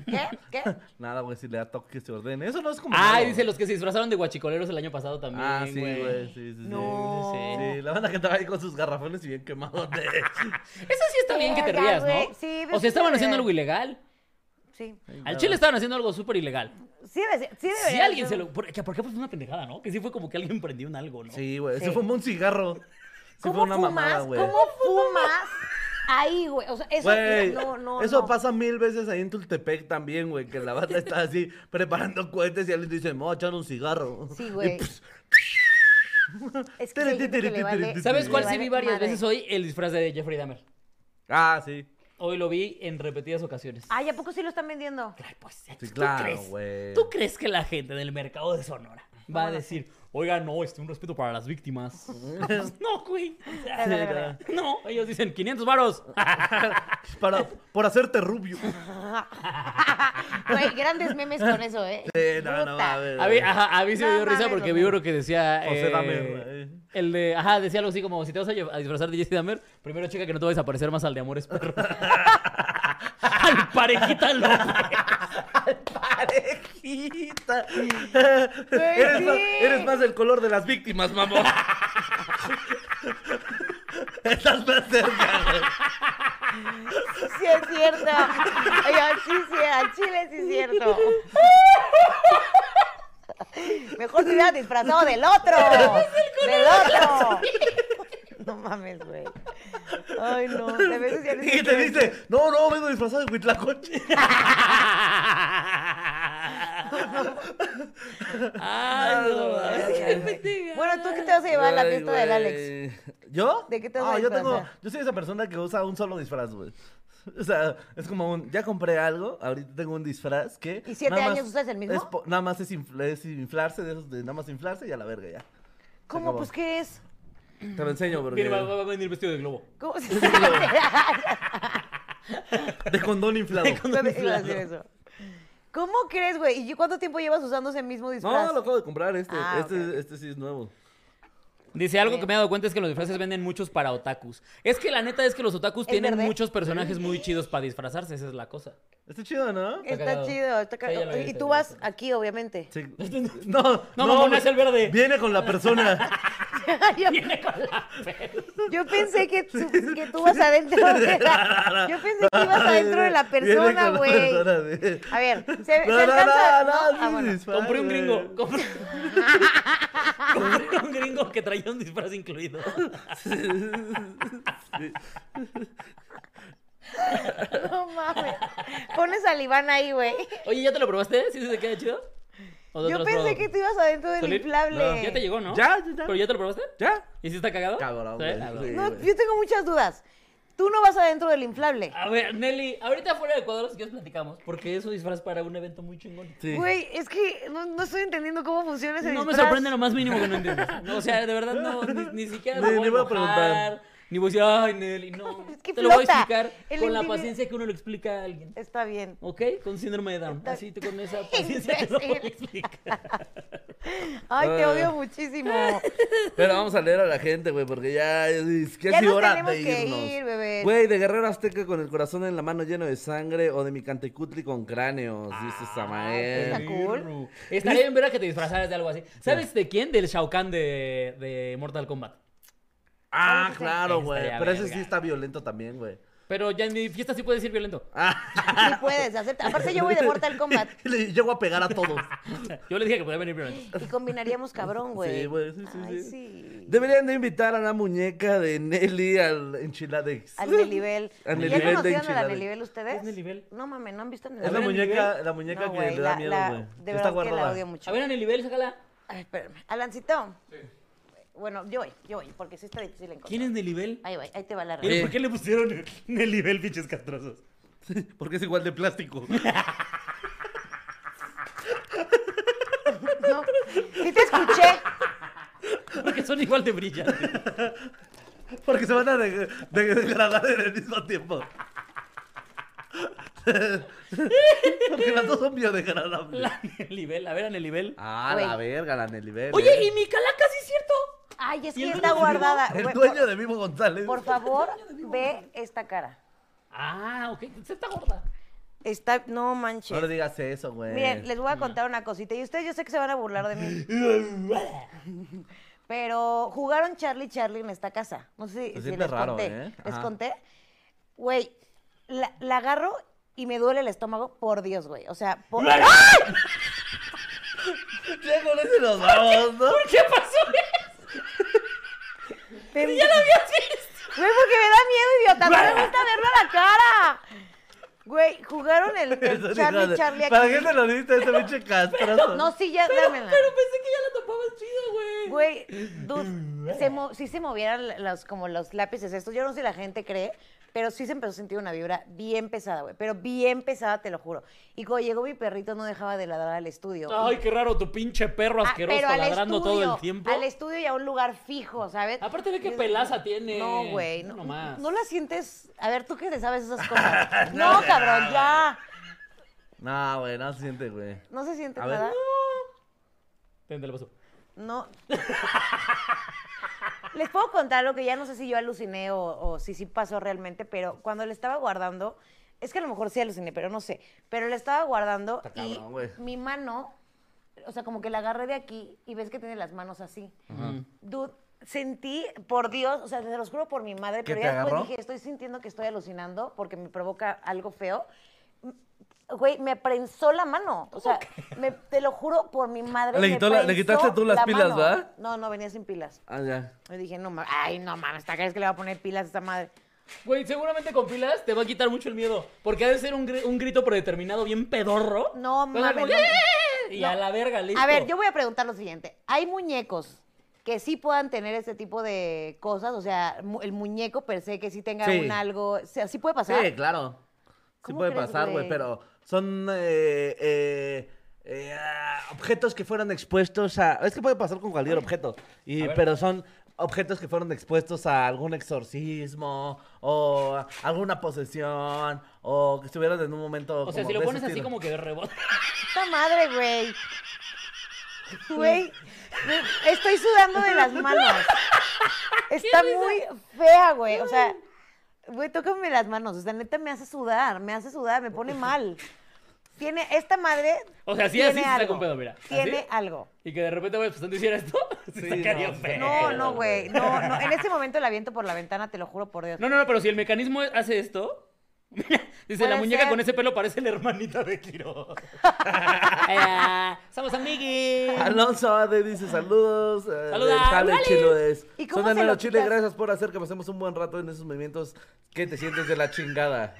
B: ¿Qué? ¿Qué?
C: Nada, güey, si le da toque que se ordene. Eso no es como.
A: Ay,
C: malo.
A: dice los que se disfrazaron de guachicoleros el año pasado también,
C: Ah, sí, güey.
A: güey.
C: Sí, sí, sí.
B: No.
C: Sí, sí, la banda que estaba ahí con sus garrafones y bien quemados de.
A: Eso sí está bien que te
B: Verga,
A: rías,
B: güey.
A: ¿no?
B: Sí, sí
A: o sea,
B: se
A: estaban haciendo
B: ve.
A: algo ilegal.
B: Sí.
A: Al chile estaban haciendo algo súper ilegal.
B: Sí, debe ser- sí
A: Si
B: debería
A: alguien
B: ser
A: se
B: un-
A: lo. por- que- Porque fue una pendejada, ¿no? Que sí fue como que alguien prendió un algo, ¿no?
C: Sí, güey.
B: Sí.
C: Se fumó un cigarro. Se
B: ¿Cómo
C: fue una
B: fumas?
C: mamada, güey.
B: ¿Cómo fumas? Ahí, güey. O sea, eso
C: Güey,
B: no, no,
C: eso
B: no.
C: pasa mil veces ahí en Tultepec también, güey, que la banda está así preparando cohetes y alguien dice, me voy a echar un cigarro.
B: Sí, güey. Es que sí hay gente que le vale-
A: ¿Sabes
B: le
A: cuál sí
B: vale
A: vi varias
B: madre.
A: veces hoy? El disfraz de Jeffrey Dahmer.
C: Ah, sí.
A: Hoy lo vi en repetidas ocasiones.
B: Ay, ¿a poco sí lo están vendiendo?
A: Ay, pues, ¿tú
C: claro,
A: crees-
C: güey.
A: ¿Tú crees que la gente del mercado de Sonora va a decir, oiga, no, este, un respeto para las víctimas? Pues no, güey. O sea,
B: Dale, dale, dale.
A: No, ellos dicen 500 varos.
C: Para, por hacerte rubio.
B: Güey, grandes memes con eso, ¿eh?
C: Sí, no, no,
B: Puta.
C: a ver.
A: A mí, ajá, a mí se me
B: No
A: dio risa
B: mames,
A: porque
B: Rosel.
A: vi uno que decía.
C: José
A: eh,
C: Dahmer, eh.
A: El de. Ajá, decía algo así como: si te vas a, lle- a disfrazar de Jesse Dahmer, primero checa que no te vayas a parecer más al de Amores Perros. ¡Ay, parejita loca!
C: Parejita.
B: Pues
C: eres, más, eres más el color de las víctimas, mamón. Estás más cerca, güey.
B: Sí, es cierto. Oigan, sí, sí, al chile sí es cierto. Mejor se hubiera disfrazado del otro. Del otro. No mames, güey. Ay, no. De veces ya
C: Y te dice, no, no, vengo disfrazado de Huitlacoche.
A: ¡Ay, no! ¡Qué pendeja.
B: Bueno, ¿tú qué te vas a llevar a la fiesta del Alex?
C: ¿Yo?
B: ¿De qué te vas a
C: Ah, yo tengo,
B: disfrazar?
C: yo soy esa persona que usa un solo disfraz, güey. O sea, es como un, ya compré algo, ahorita tengo un disfraz que...
B: ¿Y siete
C: nada
B: años
C: más
B: usas el mismo?
C: es po- nada más es, infl- es inflarse, de esos de nada más inflarse y a la verga ya. Se
B: ¿Cómo?
C: acabó.
B: Pues, ¿qué es?
C: Te lo enseño, porque...
A: Viene, va, va- va a venir vestido de globo.
B: ¿Cómo se Iba
C: De condón inflado.
B: a decir eso. ¿Cómo crees, güey? ¿Y cuánto tiempo llevas usando ese mismo
C: No,
B: disfraz?
C: lo acabo de comprar este.
B: Ah,
C: este,
B: ok.
C: este sí es nuevo.
A: Dice algo que me he dado cuenta es que los disfraces venden muchos para otakus. Es que la neta es que los otakus
B: ¿Es
A: tienen
B: verde?
A: muchos personajes muy chidos para disfrazarse, esa es la cosa.
F: Está chido, ¿no?
A: Está
B: Está
A: cagado.
B: chido. Está
A: Sí, ya
B: cagado.
A: lo vi,
B: y
A: sí,
B: tú
A: lo
B: vas
A: vi.
B: aquí, obviamente.
F: Sí. No, no,
A: mamón, es el verde.
F: Viene con la persona.
B: yo,
A: Viene con la perra.
B: yo pensé que tú, que tú vas adentro de la... Yo pensé que ibas adentro de la
F: Viene con
B: persona,
F: la
B: güey.
F: persona, sí.
B: A ver, se, se
F: No, no,
B: alcanza...
F: no, no,
B: Ah,
F: sí,
B: bueno.
F: disfraz,
A: Compré un
F: güey.
A: gringo. Compré... compré un gringo que traía un disfraz incluido.
B: No mames. Pones a Iván ahí, güey.
A: Oye, ¿ya te lo probaste? ¿Sí se queda chido? ¿O no te
B: Yo
A: lo has
B: pensé
A: probado?
B: que tú ibas adentro del
A: ¿Solín?
B: inflable.
A: Ya te llegó, ¿no?
F: Ya, ya, ya.
A: ¿Pero ya te lo probaste?
F: ¿Ya?
A: ¿Y si está cagado?
F: Cabrón,
A: ¿Sí?
F: güey,
A: Ah,
F: sí.
B: No,
F: güey.
B: yo tengo muchas dudas. Tú no vas adentro del inflable.
A: A ver, Nelly, ahorita fuera de cuadros que os platicamos, porque es un disfraz para un evento muy chingón.
F: Sí.
B: Güey, es que no, no estoy entendiendo cómo funciona ese
A: No me
B: disfraz.
A: sorprende lo más mínimo que no entiendes. No, o sea, de verdad no, ni, ni siquiera
F: Ni-
A: me
F: ni
A: voy a
F: voy a preguntar.
A: preguntar. Ni voy a decir, ay, Nelly, no.
B: Es que
A: te lo voy a
B: flota.
A: explicar
B: El
A: con la
B: individu-
A: paciencia que uno le explica a alguien.
B: Está bien.
A: ¿Ok? Con síndrome de Down.
B: Está-
A: Así tú con esa paciencia te lo voy a explicar.
B: Ay, te
F: Ah.
B: odio muchísimo.
F: Pero vamos a leer a la gente, güey, porque ya es que
B: Ya
F: es
B: nos
F: hora
B: tenemos
F: de
B: que
F: irnos.
B: ir, bebé.
F: Güey, de Guerrero Azteca con el corazón en la mano lleno de sangre o de mi cantecutli con cráneos,
B: Ah,
F: dice
B: pues, Está
F: Samael.
B: cool.
A: Perro. Estaría bien ver que te disfrazaras de algo así. ¿Sabes de quién? Del Shao Kahn de, de Mortal Kombat.
F: Ah,
B: Estaría
F: claro, güey. Pero ese sí
A: verga.
F: está violento también, güey.
A: Pero ya en mi fiesta sí puedes ir violento.
B: Sí puedes, acepta. Aparte yo voy de Mortal Kombat.
F: Le llego a pegar a todos.
A: Yo les dije que podía venir violento.
B: Y combinaríamos cabrón, güey.
F: Sí, güey, sí, sí,
B: Ay,
F: sí.
B: sí.
F: Deberían de invitar a la muñeca de Nelly al Enchiladex.
B: Al Nelibel. ¿Ya
F: Al Nelibel de
B: conocieron a la
F: enchilada.
B: Nelibel ustedes?
A: Es Nelibel.
B: No mames, ¿no han visto a
F: Es la
A: ver,
B: Nelibel?
F: muñeca,
A: Nelly.
F: la muñeca
B: No,
F: que
B: güey,
F: le da
B: la- la-
F: miedo, güey.
B: de
F: Que Está
B: verdad es que la
F: guardada.
B: odio mucho.
A: A ver, Anelibel, sácala.
B: Ay, espérame. Alancito. Bueno, yo voy, yo voy, porque sí está difícil encontrar.
A: ¿Quién es Nelibel?
B: Ahí voy, ahí te va la red.
A: Miren, ¿Por qué le pusieron Nelibel, pinches castrosos?
F: Porque es igual de plástico.
B: No, sí te escuché.
A: Porque son igual de brillantes.
F: Porque se van a de- de- degradar en el mismo tiempo. Porque las dos son biodegradables.
A: La Nelibel, a ver, Anelibel.
F: Ah,
B: Güey.
F: la verga, la nivel.
A: Oye, y mi calaca, sí es cierto.
B: Ay, es
A: ¿Y
B: que
A: el
B: está
A: dueño de Vivo?
B: guardada.
F: El
B: Güey,
F: dueño de Vivo González.
B: Por, por favor, ve esta cara.
A: Ah, ok, se está gorda.
B: Está, no
F: No le
B: manches.
F: digas eso, güey.
B: Miren, les voy a contar una cosita. Y ustedes yo sé que se van a burlar de mí. Pero jugaron Charlie Charlie en esta casa. No sé si,
F: Se
B: si
F: siente
B: les
F: raro,
B: conté.
F: ¿eh?
B: Les
F: Ajá.
B: conté. Güey, la, la agarro y me duele el estómago, por Dios, güey. O sea, por...
F: Ya con ese nos vamos, ¿no?
A: ¿Qué pasó?
B: ¡Ya lo habías visto! Güey, porque me da miedo, idiota. No me gusta verlo a la cara. Güey, jugaron el, el
F: Eso, hijo
B: Charlie
F: de-
B: Charlie
F: ¿Para
B: aquí.
F: qué te lo diste a ese pinche castroso?
B: No, sí, ya dámela.
A: Pero pensé que ya la topabas chido, güey.
B: Güey, dude, se mo- sí se movieran los, como los lápices estos. Yo no sé si la gente cree, pero sí se empezó a sentir una vibra bien pesada, güey. Pero bien pesada, te lo juro. Y cuando llegó mi perrito, no dejaba de ladrar al estudio.
A: Ay, qué raro, tu pinche perro
B: Ah,
A: asqueroso
B: pero al
A: ladrando todo
B: estudio,
A: el tiempo.
B: Al estudio y a un lugar fijo, ¿sabes?
A: Aparte ve qué
B: Yo-
A: pelaza tiene.
B: No, güey.
A: No
B: No,
A: más.
B: no la sientes. A ver, tú que te sabes esas cosas. no, cabrón, ya.
F: No, güey, no se siente, güey.
B: No se siente
F: A ver.
B: nada.
A: Ten, te lo paso.
B: No. Les puedo contar lo que ya no sé si yo aluciné o, o si sí pasó realmente, pero cuando le estaba guardando, es que a lo mejor sí aluciné, pero no sé. Pero le estaba guardando
F: Está
B: y
F: cabrón, güey.
B: mi mano, o sea, como que la agarré de aquí y ves que tiene las manos así. Dude, sentí, por Dios, o sea, te los juro por mi madre,
F: ¿Que
B: pero
F: te
B: ya después
F: agarró?
B: dije, estoy sintiendo que estoy alucinando porque me provoca algo feo. Güey, me prensó la mano. O sea, me- te lo juro por mi madre.
F: Le
B: me
F: quitó la- le
B: prensó
F: quitaste tú las pilas,
B: mano.
F: ¿verdad?
B: No, no, venía sin pilas.
F: Ah, ya.
B: Le dije, no mames, ay, no mames, ¿te crees que le va a poner pilas a esta madre?
A: Güey, seguramente con pilas te va a quitar mucho el miedo. Porque ha de ser un, gri- un grito predeterminado bien pedorro.
B: No
A: Va a ser como,
B: mames,
A: "¡Eh!",
B: no.
A: Y
B: No.
A: a la verga, listo.
B: A ver, yo voy a preguntar lo siguiente. ¿Hay muñecos que sí puedan tener este tipo de cosas? O sea, mu- el muñeco per se que sí tenga
F: Sí.
B: un algo. O sea, ¿sí puede pasar?
F: Sí, claro. Sí
B: ¿Cómo
F: puede
B: crees,
F: pasar, güey,
B: güey?
F: pero son eh, eh, eh, ah, objetos que fueron expuestos a... Es que puede pasar con cualquier objeto, y, pero son objetos que fueron expuestos a algún exorcismo o a alguna posesión o que estuvieron en un momento...
A: O sea,
F: como
A: si lo
F: de ese
A: pones así
F: estilo.
A: como que de rebote.
B: Esta madre, güey. Güey, estoy sudando de las manos. Está muy fea, güey. O sea, güey, tócame las manos. O sea, neta me hace sudar, me hace sudar, me pone mal. Tiene, esta madre.
A: O sea, sí,
B: tiene
A: así se
B: algo.
A: saca un pedo, mira. ¿Así?
B: Tiene algo.
A: Y que de repente, güey, pues tanto hiciera esto, se
F: Sí,
A: sacaría
F: no,
A: un pedo.
B: No, no, güey. No, no. En este momento la viento por la ventana, te lo juro por Dios.
A: No, no, no, pero si el mecanismo es- hace esto. Mira, dice,
B: Puede
A: la muñeca
B: ser.
A: con ese pelo parece la hermanita de Kiro. Eh, Somos amiguis.
F: Ah, Alonso Ade dice saludos. eh,
A: Saluda,
F: del jale
A: órale.
F: chilo es.
B: ¿Y cómo
F: Son
B: se
F: hermano
B: lo
F: chile,
B: quitas?
F: gracias por hacer que pasemos un buen rato en esos movimientos que te sientes de la chingada.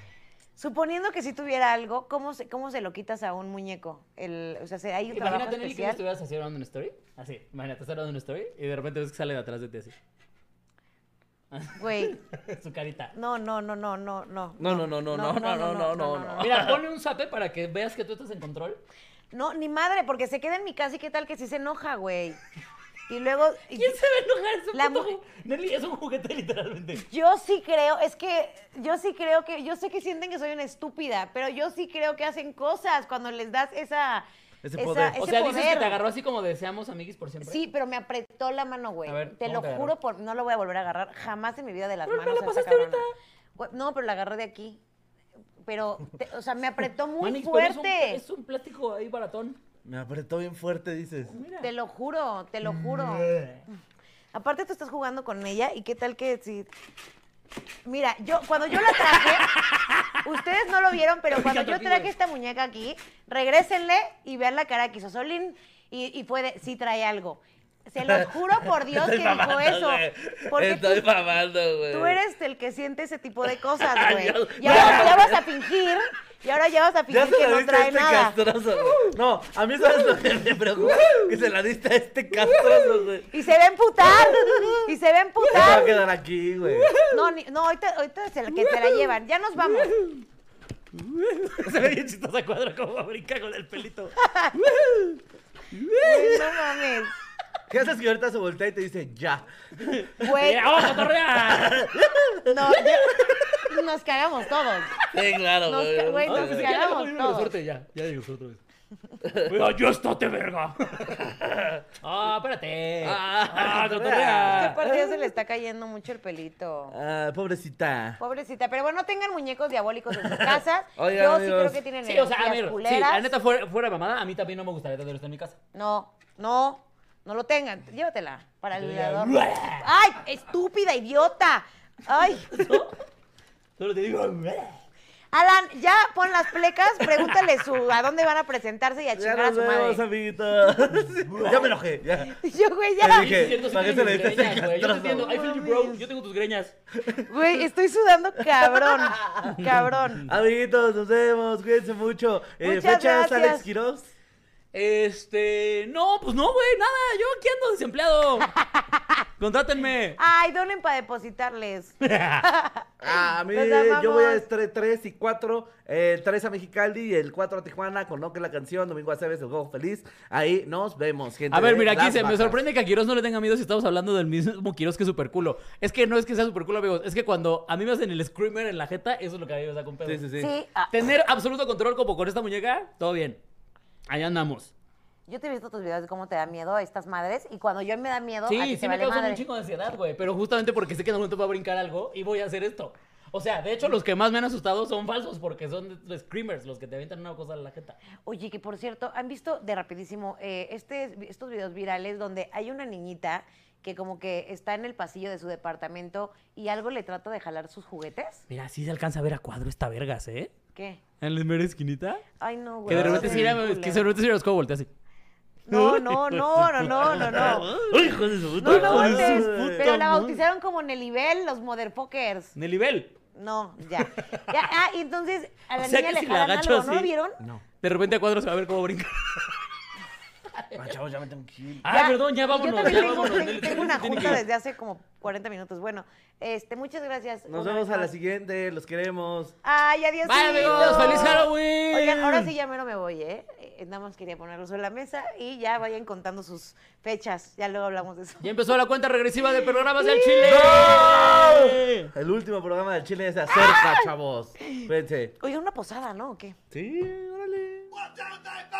B: Suponiendo que si tuviera algo, ¿cómo se, cómo se lo quitas a un muñeco? El, o sea, ¿se- ¿hay un trabajo
A: Imagínate, Nelly, que
B: especial?
A: estuvieras así hablando una story. Así, imagínate, estás hablando una story y de repente ves que sale de atrás de ti así.
B: Güey,
A: Su carita.
B: no, no, no, no, no, no.
F: No, no, no, no, no, no, no, no, no, no.
A: Mira, ponle un zape para que veas que tú estás en control.
B: No, ni madre, porque se queda en mi casa y qué tal que sí se enoja, güey. Y luego, y-
A: ¿Quién se va a enojar? Es un
B: La
A: puto
B: mu-
A: ju- Nelly es un juguete literalmente.
B: yo sí creo, es que yo sí creo que, yo sé que sienten que soy una estúpida, pero yo sí creo que hacen cosas cuando les das esa...
F: Ese
B: esa-
F: poder.
B: ese
A: O sea, dices que
B: poder.
A: te agarró así como deseamos amiguis por siempre.
B: Sí, pero me apretó la mano, güey.
A: A ver,
B: te
A: ¿cómo
B: lo
A: te agarró?
B: juro, por, no lo voy a volver a agarrar jamás en mi vida de las
A: Pero me
B: manos. a
A: la
B: esa
A: pasaste
B: cabrona.
A: ahorita.
B: Güey, No, pero la agarré de aquí. Pero, te- o sea, me apretó muy
A: Manix, pero es un-
B: fuerte.
A: Es un plástico ahí baratón.
F: Me apretó bien fuerte, dices.
A: Mira.
B: Te lo juro, te lo juro. Aparte tú estás jugando con ella y qué tal que si... Mira, yo cuando yo la traje, ustedes no lo vieron, pero cuando yo traje esta muñeca aquí, regrésenle y vean la cara que hizo Solín y, y fue de, sí trae algo. Se los juro por Dios que
F: Estoy
B: dijo
F: mamando,
B: eso.
F: güey.
B: Porque
F: Estoy
B: tú-
F: mamando, güey.
B: Tú eres el que siente ese tipo de cosas, güey.
F: Yo-
B: Y ahora ya vas a fingir, y ahora ya vas a
F: Ya
B: fingir
F: se
B: que
F: la
B: no
F: diste a
B: trae
F: este
B: nada.
F: castroso, güey. No, a mí sabes lo que me preocupa. Que se la diste a este castroso, güey.
B: Y se va a emputar, y se va a
F: Se va a
B: emputar.
F: quedar aquí, güey.
B: No, ni- no, ahorita, ahorita se, la- que se la llevan. Ya nos vamos.
A: Se ve bien chistosa cuadra como brinca con el pelito.
B: Güey, no mames.
F: ¿Qué haces que ahorita se voltea y te dice ya?
B: Güey,
A: Mira, ¡Vamos, cotorrea!
B: no, yo- nos cagamos todos.
F: Sí, claro,
B: Nos ca- güey,
A: Vamos,
B: nos
A: que se quede
B: cagamos
A: con uno de
B: todos.
A: suerte, ya, ya llegó otra vez. Mira, yo estate verga. Ah, espérate. Ah,
B: Esta
A: cotorrea.
B: parte ya se le está cayendo mucho el pelito.
F: Ah, pobrecita.
B: Pobrecita, pero bueno, tengan muñecos diabólicos en sus casas.
F: Oigan,
B: Yo sí
F: amigos.
B: creo que tienen
A: Sí, o sea, a
B: energías
A: ver, sí,
B: culeras.
A: la neta fuera, fuera de mamada, a mí también no me gustaría tener esto en mi casa.
B: No, no, no lo tengan. Llévatela para el
A: Yo ya-
B: adorno. ¡Ay, estúpida, idiota! ¡Ay!
A: Solo te digo.
B: Alan, ya pon las plecas, pregúntale su, a dónde van a presentarse y a
F: Ya
B: chingar a
F: nos
B: su
F: vemos,
B: madre.
F: amiguitos. ya me enojé, ya.
B: Yo, güey,
F: Te
B: ya.
F: dije, ¿para qué se le dices
A: greñas, güey. Yo te
F: castroso?
A: entiendo. I feel you, bro. Yo tengo tus greñas.
B: Güey, estoy sudando cabrón. Cabrón.
F: Amiguitos, nos vemos, cuídense mucho. Eh,
B: Muchas
F: ¿Fechas,
B: gracias.
F: Alex Quiroz?
A: Este. No, pues no, güey, nada. Yo aquí ando desempleado. Contrátenme.
B: Ay, donen para depositarles.
F: Ah, a mí,
B: Los amamos.
F: yo voy a estar 3 y 4, el 3 a Mexicali y el 4 a Tijuana, con No que la canción, Domingo Aceves, el juego feliz. Ahí nos vemos, gente.
A: A ver,
F: de
A: mira, aquí
F: Las
A: se me
F: Bajas.
A: sorprende que a Quiroz no le tenga miedo si estamos hablando del mismo Quiroz que Superculo. Es que no es que sea Superculo, amigos. Es que cuando a mí me hacen el screamer en la jeta, eso es lo que a mí me saca un pedo.
F: Sí, sí, sí.
B: Sí. ah,
A: Tener absoluto control como con esta muñeca, todo bien. Allá andamos.
B: Yo te he visto tus videos de cómo te da miedo a estas madres y cuando yo me da miedo, a ti
A: Sí,
B: te
A: sí me
B: vale
A: causan
B: madre.
A: un chingo de ansiedad, güey. Pero justamente porque sé que en algún momento va a brincar algo y voy a hacer esto. O sea, de hecho, los que más me han asustado son falsos porque son los screamers, los que te avientan una cosa a la jeta.
B: Oye, que por cierto, han visto de rapidísimo eh, este- estos videos virales donde hay una niñita que como que está en el pasillo de su departamento y algo le trata de jalar sus juguetes.
A: Mira, sí se alcanza a ver a cuadro esta vergas, ¿eh?
B: ¿Qué?
A: En la mera esquinita.
B: Ay, no, güey.
A: Que de
B: eso
A: repente
B: es
A: sí era,
B: ridículo.
A: que de repente sí era los como voltea así.
B: No, no, no, no, no, no, no.
F: ¡Uy, hijo de su puta!
B: No, no,
A: Hijo de
F: madre!
B: voltees.
A: su puta
B: Pero la
A: madre.
B: bautizaron como Nelibel, los motherfuckers.
A: Nelibel.
B: No, ya. Ya, ah, y entonces a la
A: O sea
B: niña
A: que
B: le
A: si la
B: jalan
A: agacho
B: algo, ¿no
A: así-
B: lo vieron?
F: No,
A: De repente a cuadro se va a ver cómo brinca.
F: Ah, chavos, ya me tengo que ir.
A: Ah, perdón, ya vámonos.
B: Yo también
A: ya
B: tengo,
A: vámonos,
B: tengo-
A: Nelly,
B: tengo una
A: tiene que
B: junta
A: ir.
B: desde hace como 40 minutos. Bueno, este, muchas gracias.
F: Nos
B: una
F: vemos
B: vez
F: a la
B: más.
F: siguiente, los queremos.
B: Ay, adiós.
A: Bye, amigos. ¡Feliz Halloween!
B: Oigan, ahora sí ya mero me voy, ¿eh? Eh, Nada más quería ponerlo sobre la mesa y ya vayan contando sus fechas. Ya luego hablamos de eso.
A: Ya empezó la cuenta regresiva de programas del Chile.
F: El último programa del Chile se acerca, chavos. Cuídense.
B: Oye, una posada, ¿no? ¿O qué?
F: Sí, órale.
G: One, two, three, four.